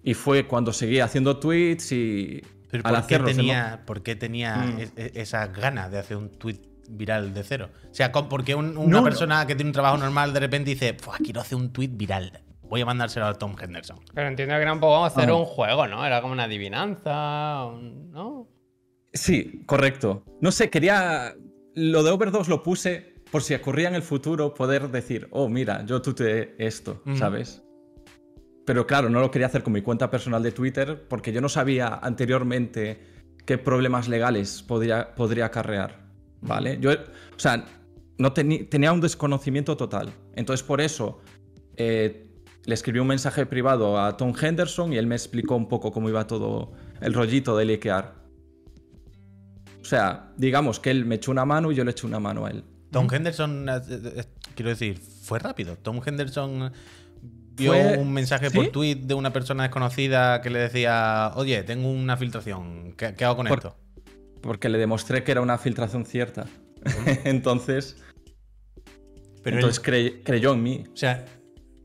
S9: y fue cuando seguí haciendo tweets y
S2: Pero
S9: al
S2: ¿por, qué
S9: hacerlos, ¿no?
S2: tenía, por qué tenía e,
S9: Mm.
S2: es- es- esas ganas de hacer un tweet viral de cero? O sea, con- ¿por qué un- una
S9: no.
S2: persona que tiene un trabajo normal de repente dice, "Fua, quiero hacer un tweet viral? Voy a mandárselo a Tom Henderson.
S1: Pero entiendo que era un poco vamos a hacer
S9: Ajá.
S1: un juego, ¿no? Era como una adivinanza, un- ¿no?
S9: Sí, correcto. No sé, quería. Lo de Overdose lo puse por si ocurría en el futuro poder decir, oh, mira, yo tuteé esto, ¿sabes? Pero claro, no lo quería hacer con mi cuenta personal de Twitter porque yo no sabía anteriormente qué problemas legales podría, podría acarrear, ¿vale? Yo, o sea, no teni- tenía un desconocimiento total. Entonces, por eso eh, le escribí un mensaje privado a Tom Henderson y él me explicó un poco cómo iba todo el rollito de liquear. O sea, digamos que él me echó una mano y yo le eché una mano a él.
S2: Tom Henderson, eh, eh, eh, quiero decir, fue rápido. Tom Henderson vio
S9: Fue-
S2: un mensaje
S9: ¿Sí?
S2: por tweet de una persona desconocida que le decía, oye, tengo una filtración, ¿qué, qué hago con
S9: Por-
S2: esto?
S9: Porque le demostré que era una filtración cierta. entonces,
S3: Pero
S9: entonces crey- creyó en mí.
S3: O sea,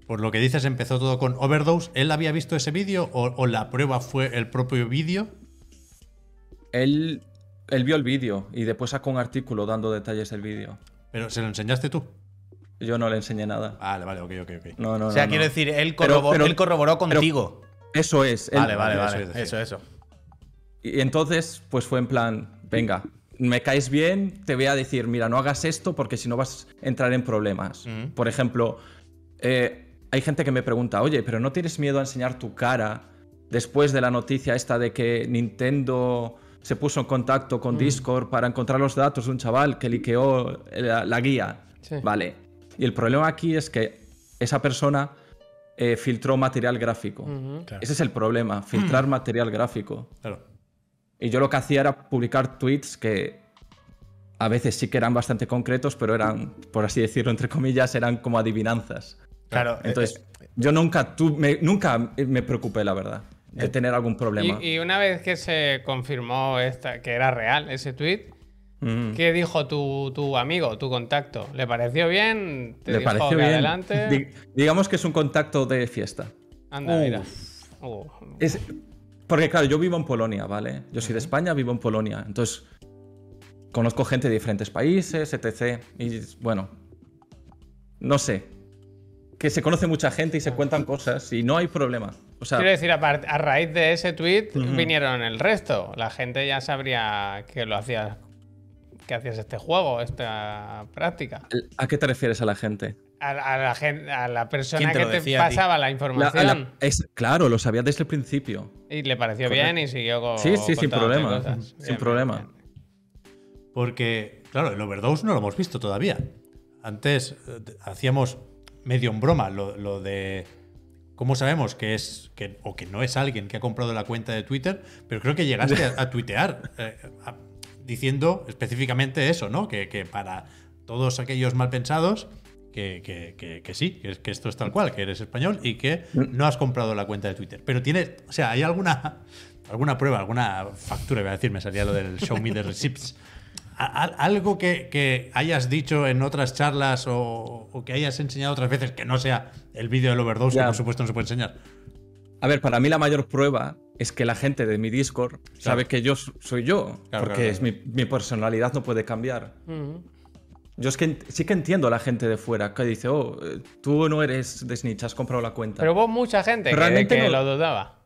S3: por lo que dices, empezó todo con Overdose. ¿Él había visto ese vídeo o, o la prueba fue el propio vídeo?
S9: Él, él vio el vídeo y después sacó un artículo dando detalles del vídeo.
S3: Pero se lo enseñaste tú.
S9: Yo no le enseñé nada.
S3: Vale, vale, ok, ok, ok.
S9: No, no,
S2: o sea,
S9: no,
S2: quiero
S9: no.
S2: decir, él
S9: Pero-
S2: corroboró,
S9: pero-
S2: él corroboró
S9: pero-
S2: contigo.
S9: Eso es. él-
S2: vale, vale,
S3: eso
S2: vale.
S3: es decir.
S2: Eso, eso.
S9: Y entonces, pues fue en plan, venga, me caes bien, te voy a decir, mira, no hagas esto porque si no vas a entrar en problemas. Por ejemplo, eh, hay gente que me pregunta, oye, pero ¿no tienes miedo a enseñar tu cara después de la noticia esta de que Nintendo se puso en contacto con Discord para encontrar los datos de un chaval que liqueó la, la guía?
S1: Sí.
S9: Vale. Y el problema aquí es que esa persona eh, filtró material gráfico.
S1: Mm.
S9: Ese es el problema, filtrar material gráfico.
S3: Claro.
S9: Y yo lo que hacía era publicar tweets que a veces sí que eran bastante concretos, pero eran, por así decirlo, entre comillas, eran como adivinanzas.
S1: Eh,
S2: Claro, eh,
S9: Entonces, yo nunca, tu- me, nunca me preocupé, la verdad, de tener algún problema.
S1: Eh, Y, y una vez que se confirmó esta, que era real ese tweet,
S9: Mm.
S1: ¿qué dijo tu, tu amigo, tu contacto? ¿Le pareció bien? ¿Te
S9: Le
S1: dijo
S9: pareció
S1: que
S9: bien.
S1: adelante?
S9: Di- digamos que es un contacto de fiesta.
S1: Anda, mira. Uh.
S9: Es, porque claro, yo vivo en Polonia, ¿vale? Yo soy de España, vivo en Polonia. Entonces, conozco gente de diferentes países, etc. Y bueno, no sé. Que se conoce mucha gente y se cuentan cosas y no hay problema. O sea,
S1: Quiero decir, a, par- a raíz de ese tweet vinieron el resto. La gente ya sabría que lo hacías, que hacías este juego, esta práctica.
S9: ¿a qué te refieres a la gente?
S1: A, a la, gen- a la
S2: ¿Quién
S1: persona
S2: te
S1: que
S2: lo
S1: te
S2: decía a ti?
S1: pasaba la
S9: La- a
S1: información.
S9: la- es- claro, lo sabía desde el principio.
S1: Y le pareció bien y siguió con.
S9: Sí, sí, sin problema. Sin problema.
S3: Porque, claro, el Overdose no lo hemos visto todavía. antes eh, te- hacíamos medio en broma lo, lo de cómo sabemos que es que, o que no es alguien que ha comprado la cuenta de Twitter, pero creo que llegaste a, a tuitear eh, a- diciendo específicamente eso, ¿no? Que, que para todos aquellos malpensados que, que- que- que sí, que, es- que esto es tal cual, que eres español y que no has comprado la cuenta de Twitter. Pero tiene, o sea, ¿hay alguna, alguna prueba, alguna factura, iba a decir, me salía lo del show me the receipts? A- al- algo que, que hayas dicho en otras charlas o, o que hayas enseñado otras veces que no sea el vídeo del overdose,
S9: Ya.
S3: que por supuesto no se puede enseñar.
S9: A ver, para mí la mayor prueba es que la gente de mi Discord sabe que yo s- soy yo,
S3: Claro,
S9: porque
S3: claro,
S9: Es mi, mi personalidad no puede cambiar. Yo es que ent- sí que entiendo a la gente de fuera que dice, oh, eh, tú no eres de Snitch, has comprado la cuenta.
S1: Pero hubo mucha gente que,
S9: Realmente
S1: que
S9: no-
S1: lo dudaba.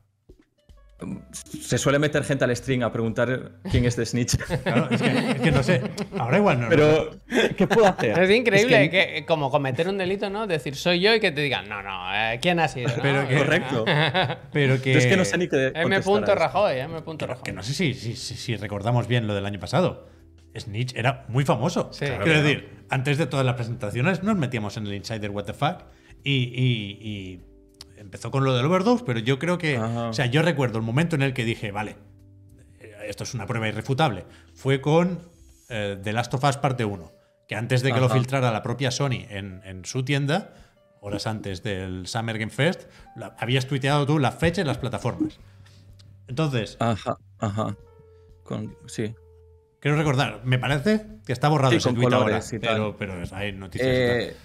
S9: Se suele meter gente al stream a preguntar quién es de Snitch.
S3: Claro, es, que, es que no sé. Ahora igual no.
S9: Pero, ¿qué puedo hacer?
S1: Es increíble que... eh, como cometer un delito, ¿no? Decir soy yo y que te digan, no, no, eh, ¿quién ha sido? no?".
S3: Pero que-
S9: Correcto.
S3: pero que,
S9: Yo es que no sé ni qué.
S1: M.
S9: contestar a eso.
S1: Rajoy, M. Rajoy.
S3: que no sé si, si, si- si recordamos bien lo del año pasado. Snitch era muy famoso.
S1: Sí.
S3: Quiero
S1: Claro
S3: decir, antes de todas las presentaciones nos metíamos en el Insider What the Fuck y, y- y empezó con lo del overdose, pero yo creo que.
S9: Ajá.
S3: O sea, yo recuerdo el momento en el que dije, vale, eh, esto es una prueba irrefutable, fue con eh, The Last of Us parte 1, que antes de que lo
S9: Ajá.
S3: filtrara la propia Sony en, en su tienda, horas antes del Summer Game Fest, la- habías tuiteado tú la fecha y las plataformas. Entonces,
S9: Ajá, ajá. Con, sí.
S3: quiero recordar, me parece que está borrado
S9: Sí,
S3: ese
S9: con
S3: tuit ahora,
S9: colores y tal.
S3: pero, pero hay noticias. y tal.
S9: Eh,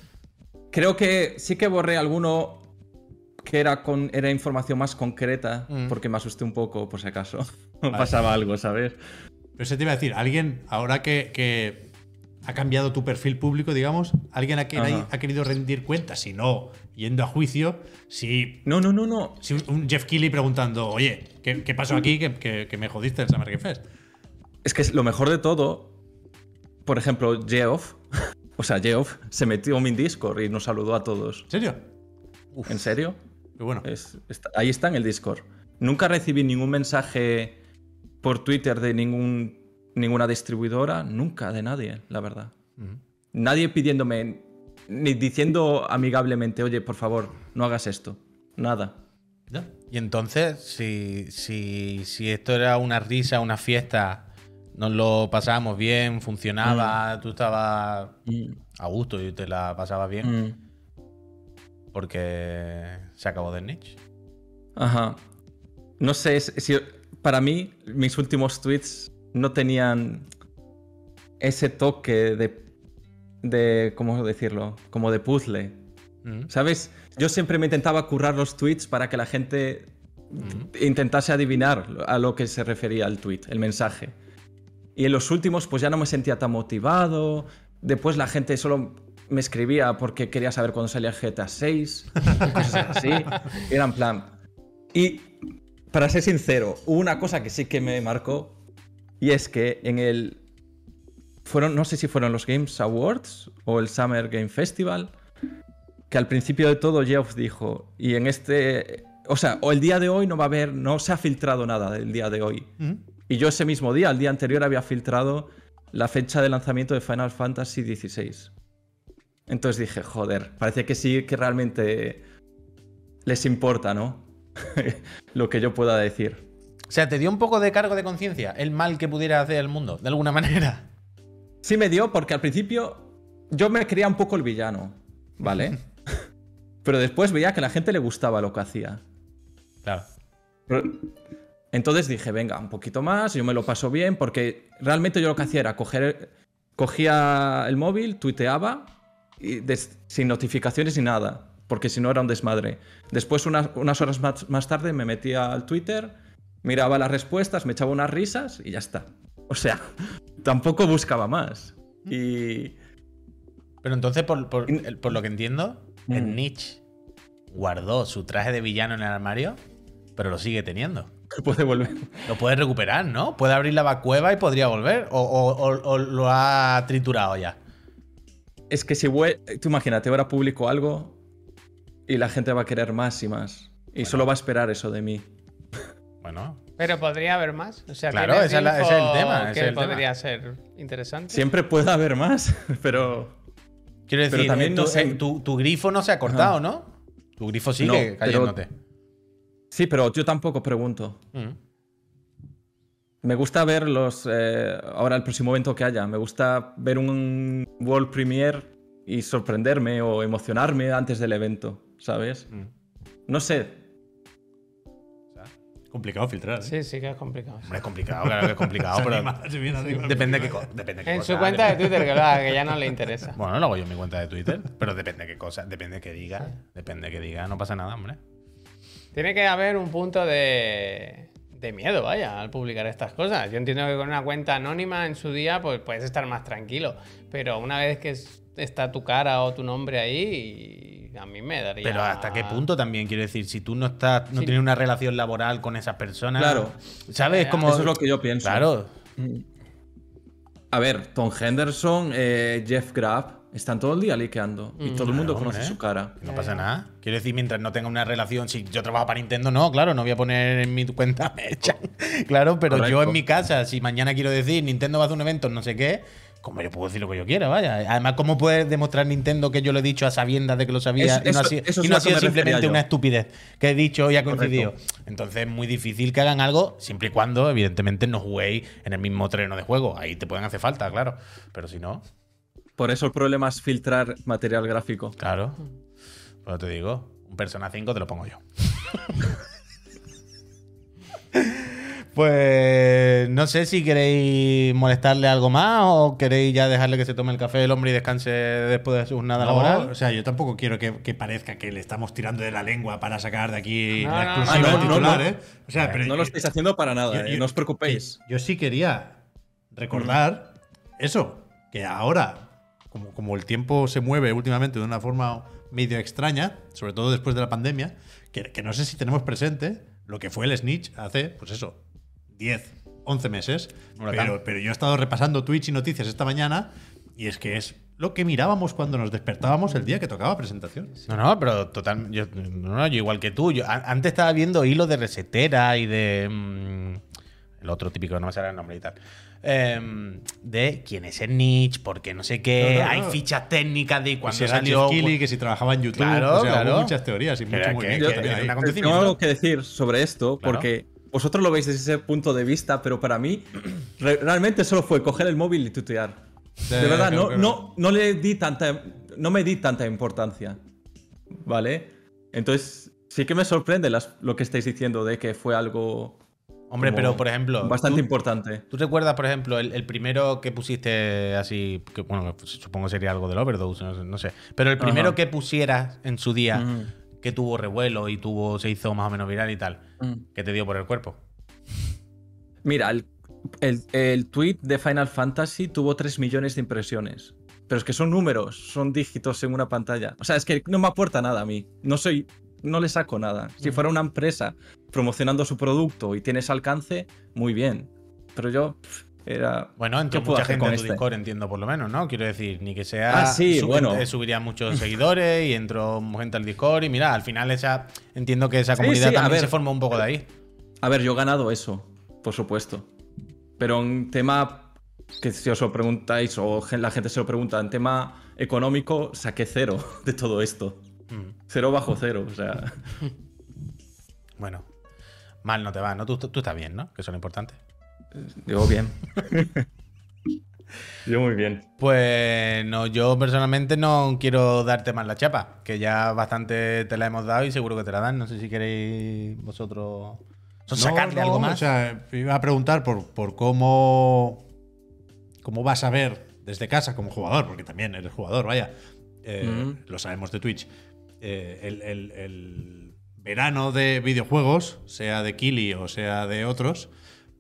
S9: creo que sí que borré alguno que era con era información más concreta
S3: Mm.
S9: porque me asusté un poco por si acaso pasaba algo, ¿sabes?
S3: Pero se te iba a decir, alguien, ahora que, que ha cambiado tu perfil público, digamos, alguien a quien
S9: Ajá.
S3: hay- ha querido rendir cuentas, si no, yendo a juicio, si
S9: No, no, no, no.
S3: Si un- un Jeff Keighley preguntando, oye, ¿qué, qué pasó aquí que, que- que me jodiste el Summer Game Fest?
S9: Es que es lo mejor de todo, por ejemplo, Geoff, o sea, Geoff se metió en mi Discord y nos saludó a todos.
S3: ¿En serio?
S9: ¿En serio?
S3: Pero bueno,
S9: Es- está- ahí está en el Discord. Nunca recibí ningún mensaje por Twitter de ningún, ninguna distribuidora, nunca de nadie, la verdad. Nadie pidiéndome, ni diciendo amigablemente, oye, por favor, no hagas esto. Nada.
S3: ya.
S2: Y entonces, si, si, si esto era una risa, una fiesta, nos lo pasábamos bien, funcionaba, tú estabas a gusto y te la pasabas bien,
S9: Mm.
S2: porque se acabó de niche.
S9: Ajá. No sé es- si. Para mí, mis últimos tweets no tenían ese toque de. de ¿Cómo decirlo? Como de puzzle.
S2: Mm.
S9: ¿Sabes? Yo siempre me intentaba currar los tweets para que la gente intentase adivinar a lo que se refería el tweet, el mensaje. Y en los últimos, pues ya no me sentía tan motivado. Después la gente solo me escribía porque quería saber cuándo salía el GTA 6, cosas así. Era en plan. Y para ser sincero, hubo una cosa que sí que me marcó. Y es que en el. Fueron, no sé si fueron los Games Awards o el Summer Game Festival que al principio de todo Jeff dijo, y en este, o sea, o el día de hoy no va a haber, no se ha filtrado nada del día de hoy. Y yo ese mismo día, el día anterior, había filtrado la fecha de lanzamiento de Final Fantasy XVI. Entonces dije, joder, parece que sí que realmente les importa, ¿no? Lo que yo pueda decir.
S2: O sea, te dio un poco de cargo de conciencia el mal que pudiera hacer el mundo, de alguna manera.
S9: Sí me dio porque al principio yo me creía un poco el villano, ¿vale? Pero después veía que a la gente le gustaba lo que hacía.
S2: Claro.
S9: Pero- entonces dije, venga, un poquito más, yo me lo paso bien, porque realmente yo lo que hacía era coger, cogía el móvil, tuiteaba, y des- sin notificaciones ni nada, porque si no era un desmadre. Después, unas, unas horas más, más tarde, me metía al Twitter, miraba las respuestas, me echaba unas risas y ya está. O sea, tampoco buscaba más. Y
S2: Pero entonces, por, por- el- por lo que entiendo, el
S9: Mm.
S2: Nietzsche guardó su traje de villano en el armario, pero lo sigue teniendo.
S9: puede volver.
S2: Lo puede recuperar, ¿no? Puede abrir la vacueva y podría volver. O, o- o- o lo ha triturado ya.
S9: Es que si vuel- tú imagínate, ahora publico algo y la gente va a querer más y más. Y solo va a esperar eso de mí.
S2: Bueno.
S1: Pero podría haber más. O sea,
S2: Claro,
S1: tienes
S2: esa es la-
S1: info
S2: ese es el tema, ese
S1: Que
S2: es el tema.
S1: podría ser interesante.
S9: Siempre puede haber más, pero
S2: Quiero
S9: Pero
S2: decir,
S9: también
S2: en tu,
S9: no sé-
S2: en tu- tu grifo no se ha cortado, ¿no? Tu grifo sigue
S9: No, pero-
S2: cayéndote.
S9: Sí, pero yo tampoco pregunto. Me gusta ver los. eh, ahora el próximo evento que haya. Me gusta ver un World Premiere y sorprenderme o emocionarme antes del evento, ¿sabes? No sé.
S3: Complicado filtrar. ¿eh?
S1: Sí, sí que es complicado.
S2: Hombre, es complicado, claro que es complicado,
S3: Se
S2: pero
S3: anima, se viene arriba.
S2: depende de qué co- depende de qué
S8: Pues
S1: En
S2: cosa,
S1: su cuenta de
S2: depende-
S1: Twitter, que lo haga, que ya no le interesa.
S2: Bueno, lo hago yo en mi cuenta de Twitter, pero depende de qué cosa, depende de qué diga, depende de qué diga, no pasa nada, hombre.
S1: Tiene que haber un punto de, de miedo, vaya, al publicar estas cosas. Yo entiendo que con una cuenta anónima en su día, pues puedes estar más tranquilo. Pero una vez que es- está tu cara o tu nombre ahí, a mí me daría.
S2: Pero hasta qué punto también, quiero decir, si tú no estás, no
S1: Sí.
S2: tienes una relación laboral con esas personas.
S9: Claro. Eh,
S2: ¿Sabes? Como,
S9: Eso es lo que yo pienso.
S2: Claro.
S9: A ver, Tom Henderson, eh, Jeff Graff, están todo el día liqueando. y todo el mundo
S2: Claro,
S9: conoce
S2: hombre.
S9: su cara.
S2: No pasa nada. Quiero decir, mientras no tenga una relación, si yo trabajo para Nintendo, no, claro, no voy a poner en mi cuenta me echan. Claro, pero yo
S9: Correcto.
S2: en mi casa, si mañana quiero decir Nintendo va a hacer un evento, no sé qué, como yo puedo decir lo que yo quiera, vaya. Además, ¿cómo puede demostrar Nintendo que yo lo he dicho a sabiendas de que lo sabía
S9: Eso-
S2: y no ha
S9: eso-
S2: sido,
S9: eso
S2: y
S9: es
S2: no
S9: lo
S2: ha
S9: que
S2: sido
S9: me refería
S2: simplemente
S9: yo.
S2: una estupidez que he dicho y ha coincidido? Entonces es muy difícil que hagan algo, siempre y cuando, evidentemente, no juguéis en el mismo terreno de juego. Ahí te pueden hacer falta, claro. Pero si no,
S9: Por eso el problema es filtrar material gráfico.
S2: Claro. Pero pues te digo, un Persona 5 te lo pongo yo. pues no sé si queréis molestarle algo más o queréis ya dejarle que se tome el café el hombre y descanse después de su jornada
S3: No,
S2: laboral.
S3: o sea, yo tampoco quiero que, que parezca que le estamos tirando de la lengua para sacar de aquí
S1: No,
S3: la
S1: no,
S3: exclusiva
S9: no, no,
S3: titular,
S9: no.
S3: ¿eh? O sea, pero
S9: No lo estáis haciendo para nada, eh, no os
S2: Pues
S9: preocupéis.
S3: Yo, yo sí quería recordar eso, que ahora, como, como el tiempo se mueve últimamente de una forma medio extraña, sobre todo después de la pandemia, que, que no sé si tenemos presente lo que fue el Snitch hace, pues eso, 10, 11 meses.
S2: Huracán.
S3: Pero, pero yo he estado repasando Twitch y noticias esta mañana y es que es lo que mirábamos cuando nos despertábamos el día que tocaba presentación.
S2: No, no, pero total. Yo, no, no, yo igual que tú. Yo, a- antes estaba viendo hilos de resetera y de. mm, el otro típico, no me sale el nombre y tal. Em, de quién es el niche, por qué no sé qué.
S3: No, no,
S2: Hay
S3: no.
S2: fichas técnicas de
S9: Pues
S2: cuando
S3: si era
S2: salió.
S3: Jeff Keighley, que si trabajaba en YouTube,
S2: Claro,
S3: o sea, hubo
S2: claro.
S3: muchas teorías y mucho
S2: Era que-
S3: movimiento.
S9: Yo
S2: que
S3: ahí.
S2: era un
S9: tengo
S2: acontecimiento.
S9: algo que decir sobre esto,
S2: Claro.
S9: porque vosotros lo veis desde ese punto de vista, pero para mí re- realmente solo fue coger el móvil y tutear. de verdad, no, no, no le di tanta, no me di tanta importancia, ¿vale? Entonces sí que me sorprende las- lo que estáis diciendo de que fue algo
S2: Hombre,
S9: como
S2: pero por ejemplo.
S9: bastante
S2: Ah, tú-
S9: importante.
S2: ¿Tú recuerdas, por ejemplo, el, el primero que pusiste así, que, bueno, que supongo sería algo del overdose, no sé, no sé. pero el primero
S9: Ajá.
S2: que pusieras en su día,
S9: Ujú.
S2: que tuvo revuelo y tuvo se hizo más o menos viral y tal,
S9: Mm.
S2: que te dio por el cuerpo?
S9: Mira, el, el, el tweet de Final Fantasy tuvo 3 millones de impresiones. Pero es que son números, son dígitos en una pantalla. O sea, es que no me aporta nada a mí. No soy. No le saco nada. Si fuera una empresa promocionando su producto y tienes alcance, muy bien. Pero yo pf, era.
S2: Bueno, entró
S9: ¿Qué puedo
S2: mucha
S9: hacer
S2: gente
S9: con
S2: en tu
S9: este?
S2: Discord, entiendo por lo menos, ¿no? Quiero decir, ni que sea.
S9: Ah, sí, bueno.
S2: eh, Subiría muchos seguidores y entró gente al Discord. Y mira, al final esa. Entiendo que esa comunidad
S9: sí, a
S2: también
S9: ver.
S2: se formó un poco de ahí.
S9: A ver, yo he ganado eso, por supuesto. Pero en tema que si os lo preguntáis o gen- la gente se lo pregunta, en tema económico, saqué cero de todo esto.
S3: Mm.
S9: Cero bajo cero, o sea.
S2: Bueno. Mal no te va, ¿no? Tú, tú estás bien, ¿no? Que eso es lo importante.
S9: Yo bien. Yo muy bien.
S2: Pues no, yo personalmente no quiero darte más la chapa, que ya bastante te la hemos dado y seguro que te la dan. No sé si queréis vosotros sacarle
S3: no,
S2: algo más.
S3: O sea, iba a preguntar por, por cómo, cómo vas a ver desde casa como jugador, porque también eres jugador, vaya. Eh,
S9: Ujú.
S3: Lo sabemos de Twitch. Eh, el, el- el verano de videojuegos, sea de Kili o sea de otros,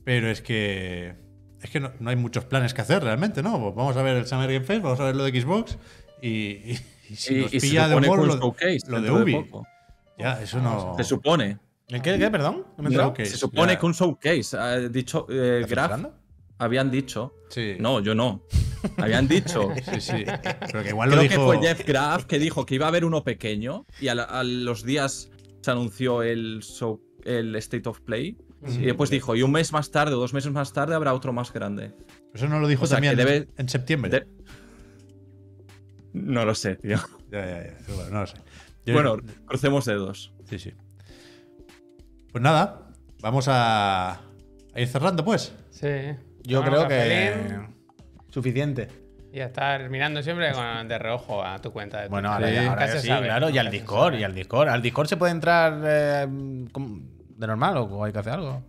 S3: pero es que. Es que no, no hay muchos planes que hacer realmente, ¿no? Pues vamos a ver el Summer Game Fest, vamos a ver lo de Xbox y, y- y si nos
S9: Y, y se
S3: pilla de
S9: supone que
S3: humor
S9: un
S3: lo,
S9: showcase
S3: lo de
S9: dentro de
S3: Ubi.
S9: poco.
S3: ya, eso no.
S9: Se supone.
S2: ¿El qué, qué, perdón? ¿No me he
S9: No,
S2: enterado?
S3: showcase,
S9: se supone
S3: ya.
S9: que un showcase. Ha dicho eh,
S2: ¿Estás
S9: Graf,
S2: censurando?
S9: habían dicho.
S3: Sí.
S9: No, yo no. Habían dicho.
S3: Sí, sí. Pero que igual
S9: Creo
S3: lo dijo.
S9: que fue Jeff Graff que dijo que iba a haber uno pequeño y a, la- a los días se anunció el show, el State of Play. y después dijo, y un mes más tarde o dos meses más tarde habrá otro más grande.
S3: Eso no lo dijo
S9: O sea,
S3: también
S9: que debe-
S3: en septiembre.
S9: De- No lo sé, tío.
S3: Ya, ya, ya. Pero bueno, no lo sé. Yo-
S9: Bueno, crucemos dedos.
S3: Sí, sí. Pues nada, vamos a, a ir cerrando, pues.
S1: Sí.
S2: Yo
S1: Tomar un
S2: creo que.
S1: cafetín
S2: Suficiente.
S1: Y a estar mirando siempre con, de reojo a tu cuenta de Twitter.
S2: Bueno, ahora, ya- ahora
S1: Nunca
S2: ya
S1: se
S2: sí,
S1: sabe,
S2: claro. Y
S1: nunca
S2: al
S1: se
S2: Discord,
S1: sabe.
S2: y al Discord. ¿Al Discord se puede entrar eh, como- de normal o hay que hacer algo?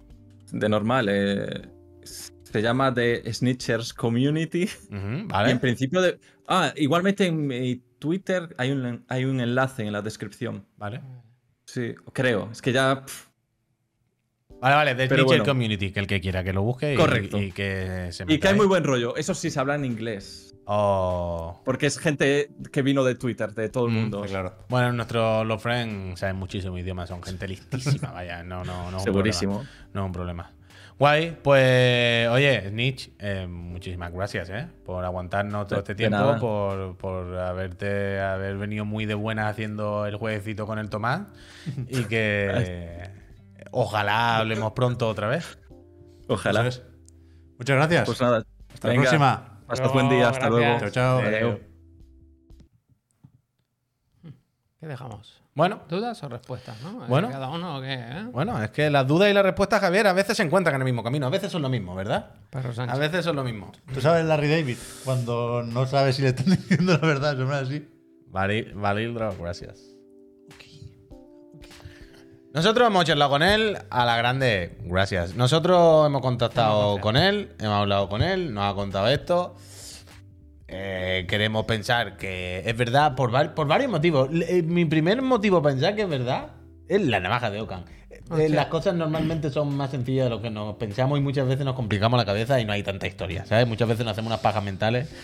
S9: De normal, eh, se llama The Snitchers Community.
S2: Ujú,
S9: Y en
S2: vale.
S9: principio de. Ah, igualmente en mi Twitter hay un, hay un enlace en la descripción.
S2: Vale.
S9: Sí, creo. Es que ya. pf,
S2: Vale, vale, de
S9: Pero
S2: Teacher
S9: bueno.
S2: Community, que el que quiera que lo busque y,
S9: Correcto.
S2: y que se
S9: y que
S2: meta
S9: hay
S2: ahí.
S9: muy buen rollo. Eso sí se habla en inglés.
S2: Oh.
S9: Porque es gente que vino de Twitter, de todo el
S2: Mm,
S9: mundo.
S3: Claro.
S2: Bueno, nuestros Los Friends saben muchísimo idioma, son gente listísima, vaya, no, no, no. es un
S9: Segurísimo.
S2: problema, No es un problema. Guay, pues oye, Snitch, eh, muchísimas gracias ¿eh? por aguantarnos todo
S9: De-
S2: este
S9: de
S2: tiempo,
S9: nada.
S2: por, por haberte haber venido muy de buenas haciendo el jueguecito con el Tomás y que eh, ojalá hablemos pronto otra vez.
S9: Ojalá.
S3: Eso es. Muchas gracias.
S9: Pues nada.
S3: Hasta
S9: venga,
S3: la próxima.
S9: Hasta buen día. Hasta luego.
S1: Gracias.
S3: Chao, chao.
S9: Adeu.
S1: ¿Qué dejamos?
S2: Bueno,
S1: ¿Dudas o respuestas, no?
S2: Bueno.
S1: ¿Cada uno o qué? eh?
S2: bueno, es que las dudas y las respuestas, Javier, a veces se encuentran en el mismo camino, a veces son lo mismo, ¿verdad?
S1: Perro
S2: A
S1: Sánchez.
S2: veces son lo mismo.
S3: Tú sabes Larry David, cuando no sabes si le están diciendo la verdad, se pone así.
S2: Vale, gracias. Nosotros hemos charlado con él a la grande, gracias. Nosotros hemos contactado con él, hemos hablado con él, nos ha contado esto. Eh, queremos pensar que es verdad por, var- por varios motivos. Le- eh, mi primer motivo para pensar que es verdad es la navaja de Ocan. Eh, eh, las cosas normalmente son más sencillas de lo que nos pensamos y muchas veces nos complicamos la cabeza y no hay tanta historia, ¿sabes? Muchas veces nos hacemos unas pajas mentales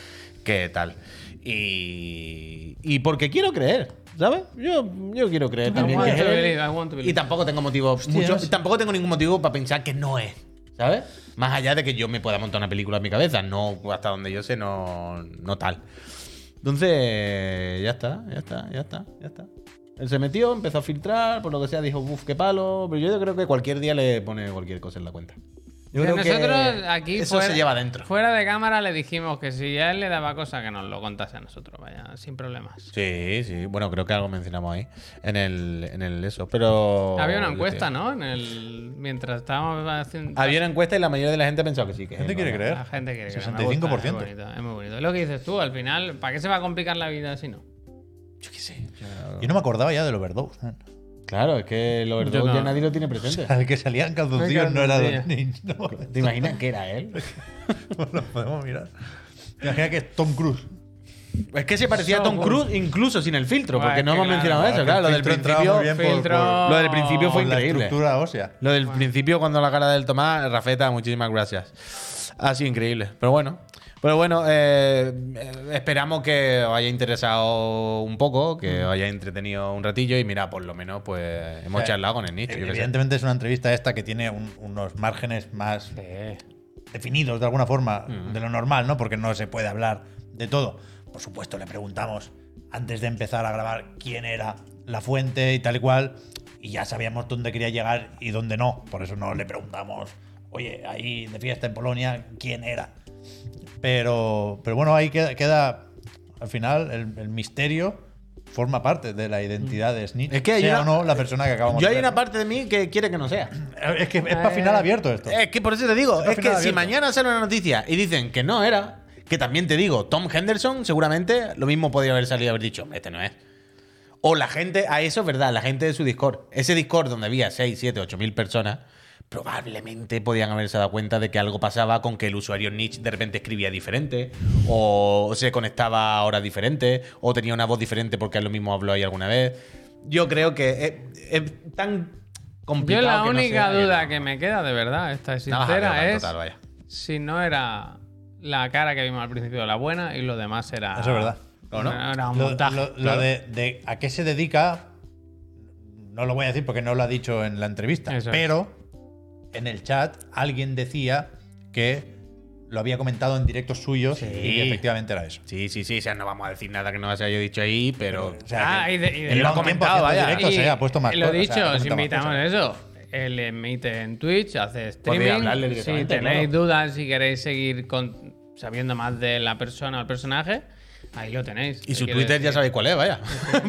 S2: que tal. Y, y porque quiero creer, ¿sabes? Yo, yo quiero creer también. que
S1: want
S2: es
S1: to
S2: él.
S1: believe, I want to believe.
S2: y tampoco tengo motivo mucho- tampoco tengo ningún motivo para pensar que no es, ¿sabes? Más allá de que yo me pueda montar una película en mi cabeza, no hasta donde yo sé, no, no tal. Entonces, ya está, ya está, ya está, ya está. Él se metió, empezó a filtrar, por lo que sea, dijo, uff, qué palo. Pero yo creo que cualquier día le pone cualquier cosa en la cuenta. Yo
S1: Pero
S2: creo que
S1: nosotros aquí
S2: eso
S1: fuera,
S2: se lleva adentro.
S1: fuera de cámara le dijimos que si a él le daba cosa que nos lo contase a nosotros, vaya, sin problemas.
S2: Sí, sí. Bueno, creo que algo mencionamos ahí. En el, en el eso. Pero.
S1: Había una encuesta, ¿no? En el mientras estábamos haciendo
S2: Había una encuesta y la mayoría de la gente pensaba que sí. Que
S3: ¿Gente quiere
S2: no.
S3: creer?
S1: la gente quiere que
S3: 65%.
S1: es, muy bonito, es muy bonito. Es lo que dices tú, al final, ¿para qué se va a complicar la vida si no?
S3: Yo no me acordaba ya de los overdose.
S2: Claro, es que el overdose
S1: Yo no.
S2: ya nadie lo tiene presente.
S3: El que salían calzoncillos no era
S1: calzoncillos.
S3: los niños. No,
S2: ¿Te imaginas que era él?
S3: lo podemos mirar. Imagina que es Tom Cruise.
S2: Es que se parecía a Tom
S1: So
S2: Cruise incluso sin el filtro,
S1: Bueno,
S2: porque
S1: Pues es
S2: no
S1: que
S2: hemos
S1: claro.
S2: mencionado eso,
S3: El
S2: claro. Lo del
S3: filtro
S2: principio.
S3: entraba muy bien por-
S1: Filtro.
S2: Lo del principio fue
S3: por la
S2: increíble.
S3: estructura ósea.
S2: Lo del principio, cuando la cara del Tomás, Rafeta, muchísimas gracias. Ha sido increíble. Pero bueno, pero bueno eh, eh, esperamos que os haya interesado un poco, que os haya entretenido un ratillo y mira, por lo menos, pues hemos
S3: Sí. Eh,
S2: charlado con el nicho. yo qué sé.
S3: Evidentemente es una entrevista esta que tiene un- unos márgenes más definidos de alguna forma de lo normal, ¿no? Porque no se puede hablar de todo. Por supuesto, le preguntamos antes de empezar a grabar quién era la fuente y tal y cual, y ya sabíamos dónde quería llegar y dónde no. Por eso no le preguntamos, oye, ahí de fiesta en Polonia, quién era. Pero, pero bueno, ahí queda, queda- al final, el, el misterio forma parte de la identidad de Snitch.
S2: Es que hay
S3: sea
S2: una-
S3: o no la persona que acabamos
S2: Yo
S3: de
S2: hay
S3: ver,
S2: una
S3: ¿no?
S2: parte de mí que quiere que no sea.
S3: Eh, Es que es para final abierto esto.
S2: Es que por eso te digo,
S3: Está
S2: es que
S3: final
S2: si
S3: abierto.
S2: mañana sale una noticia y dicen que no era, que también te digo, Tom Henderson seguramente lo mismo podría haber salido y haber dicho, "Hombre, este no es. O la gente, a eso es verdad, la gente de su Discord, ese Discord donde había 6, 7, 8 mil personas, probablemente podían haberse dado cuenta de que algo pasaba con que el usuario niche de repente escribía diferente, o se conectaba a horas diferentes, o tenía una voz diferente porque es lo mismo habló ahí alguna vez. Yo creo que es, es tan
S1: Yo
S2: complicado.
S1: la
S2: que no
S1: única
S2: sea que
S1: duda
S2: no.
S1: que me queda de verdad, esta es
S2: Nada más
S1: sincera,
S2: relevante,
S1: es
S2: total, vaya.
S1: si no era la cara que vimos al principio la buena y lo demás era.
S3: Eso es verdad.
S1: No, Era un
S3: Lo,
S1: montaje.
S3: lo- lo de, de a qué se dedica, no lo voy a decir porque no lo ha dicho en la entrevista,
S1: Eso es.
S3: pero en el chat alguien decía que lo había comentado en directos suyos y que efectivamente era eso.
S2: Sí, sí, sí. O sea, no vamos a decir nada que no se haya dicho ahí, pero.
S3: O sea,
S1: Ah,
S3: que
S1: y de- y de-
S3: él lo ha
S1: lo
S3: comentado,
S2: comentado,
S3: vaya.
S2: vaya.
S3: Directos,
S1: Y
S3: eh, ha puesto más
S1: Lo
S3: cosas,
S1: dicho,
S3: ha
S1: os
S3: comentado más
S1: invitamos
S3: cosas.
S1: a eso. Él emite en Twitch, hace
S2: Podría
S1: streaming.
S2: hablarle
S1: Si
S2: directamente,
S1: tenéis dudas, si queréis seguir con- sabiendo más de la persona o el personaje, Ahí lo tenéis.
S2: Y su
S1: Quiero
S2: Twitter ya
S1: decir,
S2: sabéis cuál es, vaya.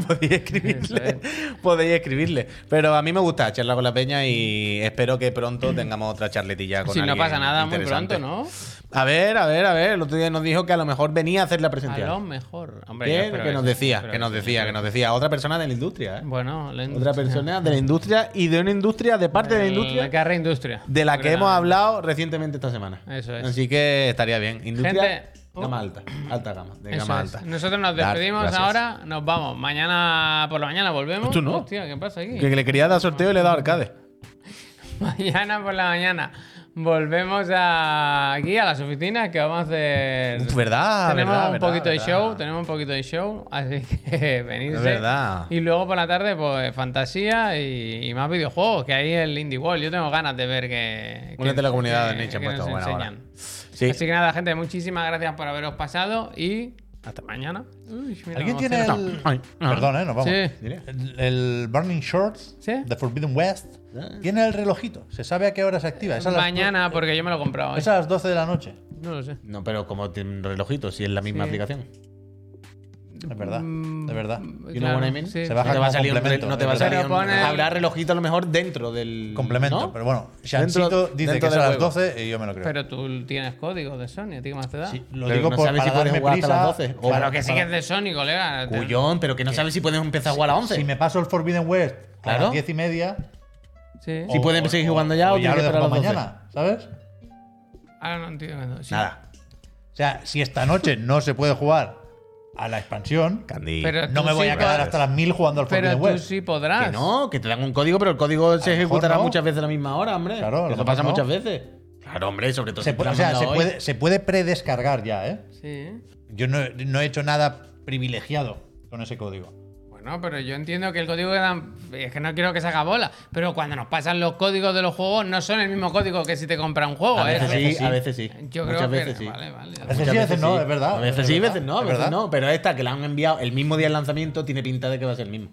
S2: podéis escribirle. podéis escribirle. Pero a mí me gusta charlar con la peña y espero que pronto tengamos otra charletilla con
S1: Si no
S2: alguien
S1: pasa nada muy
S2: interesante.
S1: pronto, ¿no?
S2: A ver, a ver, a ver. El otro día nos dijo que a lo mejor venía a hacer la
S1: A
S2: presentación.
S1: lo mejor. Hombre, yo
S2: ¿Qué?
S1: espero
S2: Que nos
S1: eso,
S2: decía,
S1: espero
S2: que nos
S1: eso.
S2: decía, que nos decía. Otra persona de la industria, ¿eh?
S1: Bueno, la
S2: Otra
S1: industria.
S2: persona de la industria y de una industria, de parte de la
S1: La
S2: industria,
S1: carrera industria.
S2: de la que
S1: Pero
S2: hemos
S1: nada.
S2: hablado recientemente esta semana.
S1: Eso es.
S2: Así que estaría bien. Industria,
S1: Gente- oh.
S2: gama alta. Alta gama. De
S1: Eso
S2: gama
S1: es.
S2: alta.
S1: Nosotros nos
S2: Dar,
S1: despedimos
S2: gracias.
S1: ahora, nos vamos. Mañana por la mañana volvemos.
S2: Tú no.
S1: Hostia, ¿qué pasa aquí?
S2: Que le quería dar sorteo y le he dado arcade.
S1: Mañana por la mañana volvemos a- aquí a las oficinas que vamos a hacer.
S2: Uf, verdad,
S1: tenemos
S2: verdad,
S1: un
S2: verdad,
S1: poquito de
S2: verdad.
S1: show, tenemos un poquito de show, así que venirse.
S2: Es verdad.
S1: Y luego por la tarde, pues fantasía y, y más videojuegos, que ahí el Indie World. Yo tengo ganas de ver que.
S2: Únete
S1: que-
S2: a la comunidad de
S1: que-
S2: Nietzsche,
S1: que
S2: puesto
S1: nos
S2: buena hora.
S1: enseñan.
S2: Sí.
S1: Así que nada, gente, muchísimas gracias por haberos pasado y hasta mañana. Uy, mira
S3: ¿Alguien
S1: cómo
S3: tiene
S1: cierra.
S3: el.
S2: Ay, no.
S3: Perdón, ¿eh? Nos vamos.
S1: Sí.
S3: El, el Burning Shorts
S1: Sí.
S3: de Forbidden West tiene el relojito. Se sabe a qué hora se activa. Es a las,
S1: Mañana, porque yo me lo he comprado. hoy.
S3: es a las 12 de la noche.
S1: No lo sé.
S2: No, pero como tiene un relojito, si es la misma
S1: Sí.
S2: aplicación.
S3: Es verdad.
S1: Mm,
S3: De verdad.
S2: You know what I mean?
S1: sí.
S3: Se baja
S2: No te va a
S3: como
S2: salir un re-
S3: complemento,
S2: no te
S3: es
S2: va a
S3: verdad.
S2: salir un-
S1: Pero pone-
S2: Habrá relojito a lo mejor dentro del.
S3: Mm. Complemento.
S2: ¿no?
S3: Pero bueno, Shansito
S2: Dentro-
S3: dice que
S2: dentro
S3: es
S2: del
S3: a las
S2: juego.
S3: 12 y yo me lo creo.
S1: Pero tú tienes código de Sony, ¿a ti qué más te da?
S3: Sí, lo
S2: Pero
S3: digo
S2: no
S3: por
S2: sabes si
S3: para
S2: puedes
S3: darme
S2: jugar hasta
S3: prisa,
S2: las 12 o-
S1: Claro
S3: para-
S1: que sí que es de Sony, colega.
S2: Cuyón, pero que no sabes si puedes empezar a jugar a la 11.
S3: Si me paso el Forbidden West a
S2: Claro.
S3: las 10 y media.
S1: Sí.
S2: Si pueden seguir jugando ya o tienen
S3: ya lo
S2: que esperar
S3: dejo
S2: a las
S3: mañana, ¿sabes?
S1: Ahora no entiendo. Sí.
S2: Nada.
S3: O sea, si esta noche no se puede jugar a la expansión,
S2: Candy.
S1: Pero
S3: no
S1: tú
S3: me voy
S1: sí
S3: a quedar
S1: pod-
S3: hasta las 1000 jugando al
S1: Pero
S3: Forbidden
S1: tú
S3: West.
S1: sí podrás.
S2: Que no, que te dan un código, pero el código se
S3: A lo mejor
S2: ejecutará
S3: no.
S2: muchas veces a la misma hora, hombre.
S3: Claro, a lo
S2: Eso
S3: mejor
S2: pasa
S3: no.
S2: muchas veces. Claro, hombre, sobre todo
S3: Se
S2: si te
S3: puede,
S2: lo
S3: o
S2: han
S3: sea,
S2: mandado
S3: se
S2: hoy.
S3: puede, se puede predescargar ya, ¿eh?
S1: Sí.
S3: Yo no, he- no he hecho nada privilegiado con ese código.
S1: Bueno, pero yo entiendo que el código que dan. Es que no quiero que se haga bola. Pero cuando nos pasan los códigos de los juegos, no son el mismo código que si te compra un juego,
S2: A
S1: ¿eh?
S2: veces sí, a veces sí.
S1: Yo creo
S2: muchas
S1: que.
S2: veces sí.
S1: Vale, vale.
S3: A veces sí, a veces no, es verdad.
S2: A veces
S3: es
S2: sí, a
S3: verdad,
S2: veces no, a
S3: es
S2: veces
S3: verdad.
S2: no. Pero esta que la han enviado el mismo día del lanzamiento tiene pinta de que va a ser el mismo.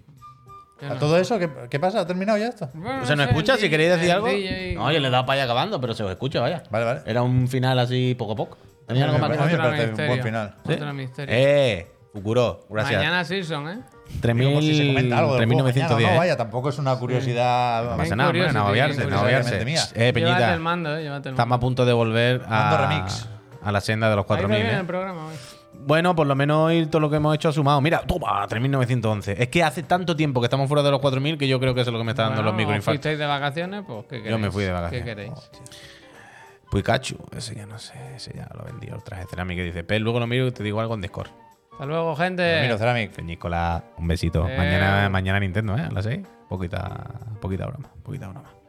S1: Yo
S3: ¿A todo eso? ¿Qué, qué pasa? ¿Ha terminado ya esto?
S1: Bueno,
S2: O sea, no
S1: sé,
S2: escucha
S1: el
S2: si queréis
S1: el
S2: decir algo.
S1: DJ.
S2: No, yo le he dado para allá acabando, pero se os escucha, vaya.
S3: Vale, vale.
S2: Era un final así poco a poco. ¿Tenía algo más que
S3: A mí me
S1: Otro
S3: parece un buen
S1: misterio.
S3: final.
S1: Otro
S2: ¿Sí?
S1: misterio.
S2: Eh, Fukuro, gracias.
S1: pues, Mañana Season, ¿eh?
S3: Digo,
S2: 3.000,
S3: por si se comenta algo del juego mañana,
S2: 3.910.
S3: No,
S2: eh.
S3: vaya, tampoco es una curiosidad.
S2: No
S1: Bien
S2: pasa nada, hombre,
S1: curioso,
S2: no
S1: tío,
S2: agobiarse,
S1: bien
S2: no
S1: curioso.
S2: agobiarse.
S3: Mía.
S2: Shh, Eh,
S1: Llévate el
S2: Peñita,
S1: mando, eh. Llévate el mando.
S2: estamos a punto de volver
S3: Mando
S2: a,
S3: remix.
S2: a la senda de los
S1: Ahí
S2: 4.000.
S1: me viene
S2: eh.
S1: el programa hoy.
S2: Bueno, por lo menos hoy todo lo que hemos hecho ha sumado. Mira, toma, 3.911. Es que hace tanto tiempo que estamos fuera de los 4.000 que yo creo que eso es lo que me está dando
S1: Bueno,
S2: los microinfartos.
S1: ¿Fuisteis de vacaciones? Pues, ¿qué queréis?
S2: me fui de vacaciones.
S1: ¿Qué queréis?
S2: Pikachu, ese ya no sé, ese ya lo vendió el traje cerámica. Dice, Pel, luego lo miro y te digo algo en Discord.
S1: Hasta luego,
S3: Miro
S1: gente.
S3: Ceramic.
S2: Peñíscola, un besito.
S1: Eh.
S2: Mañana, mañana Nintendo, ¿eh? A las 6. Poquita, poquita broma, poquita broma.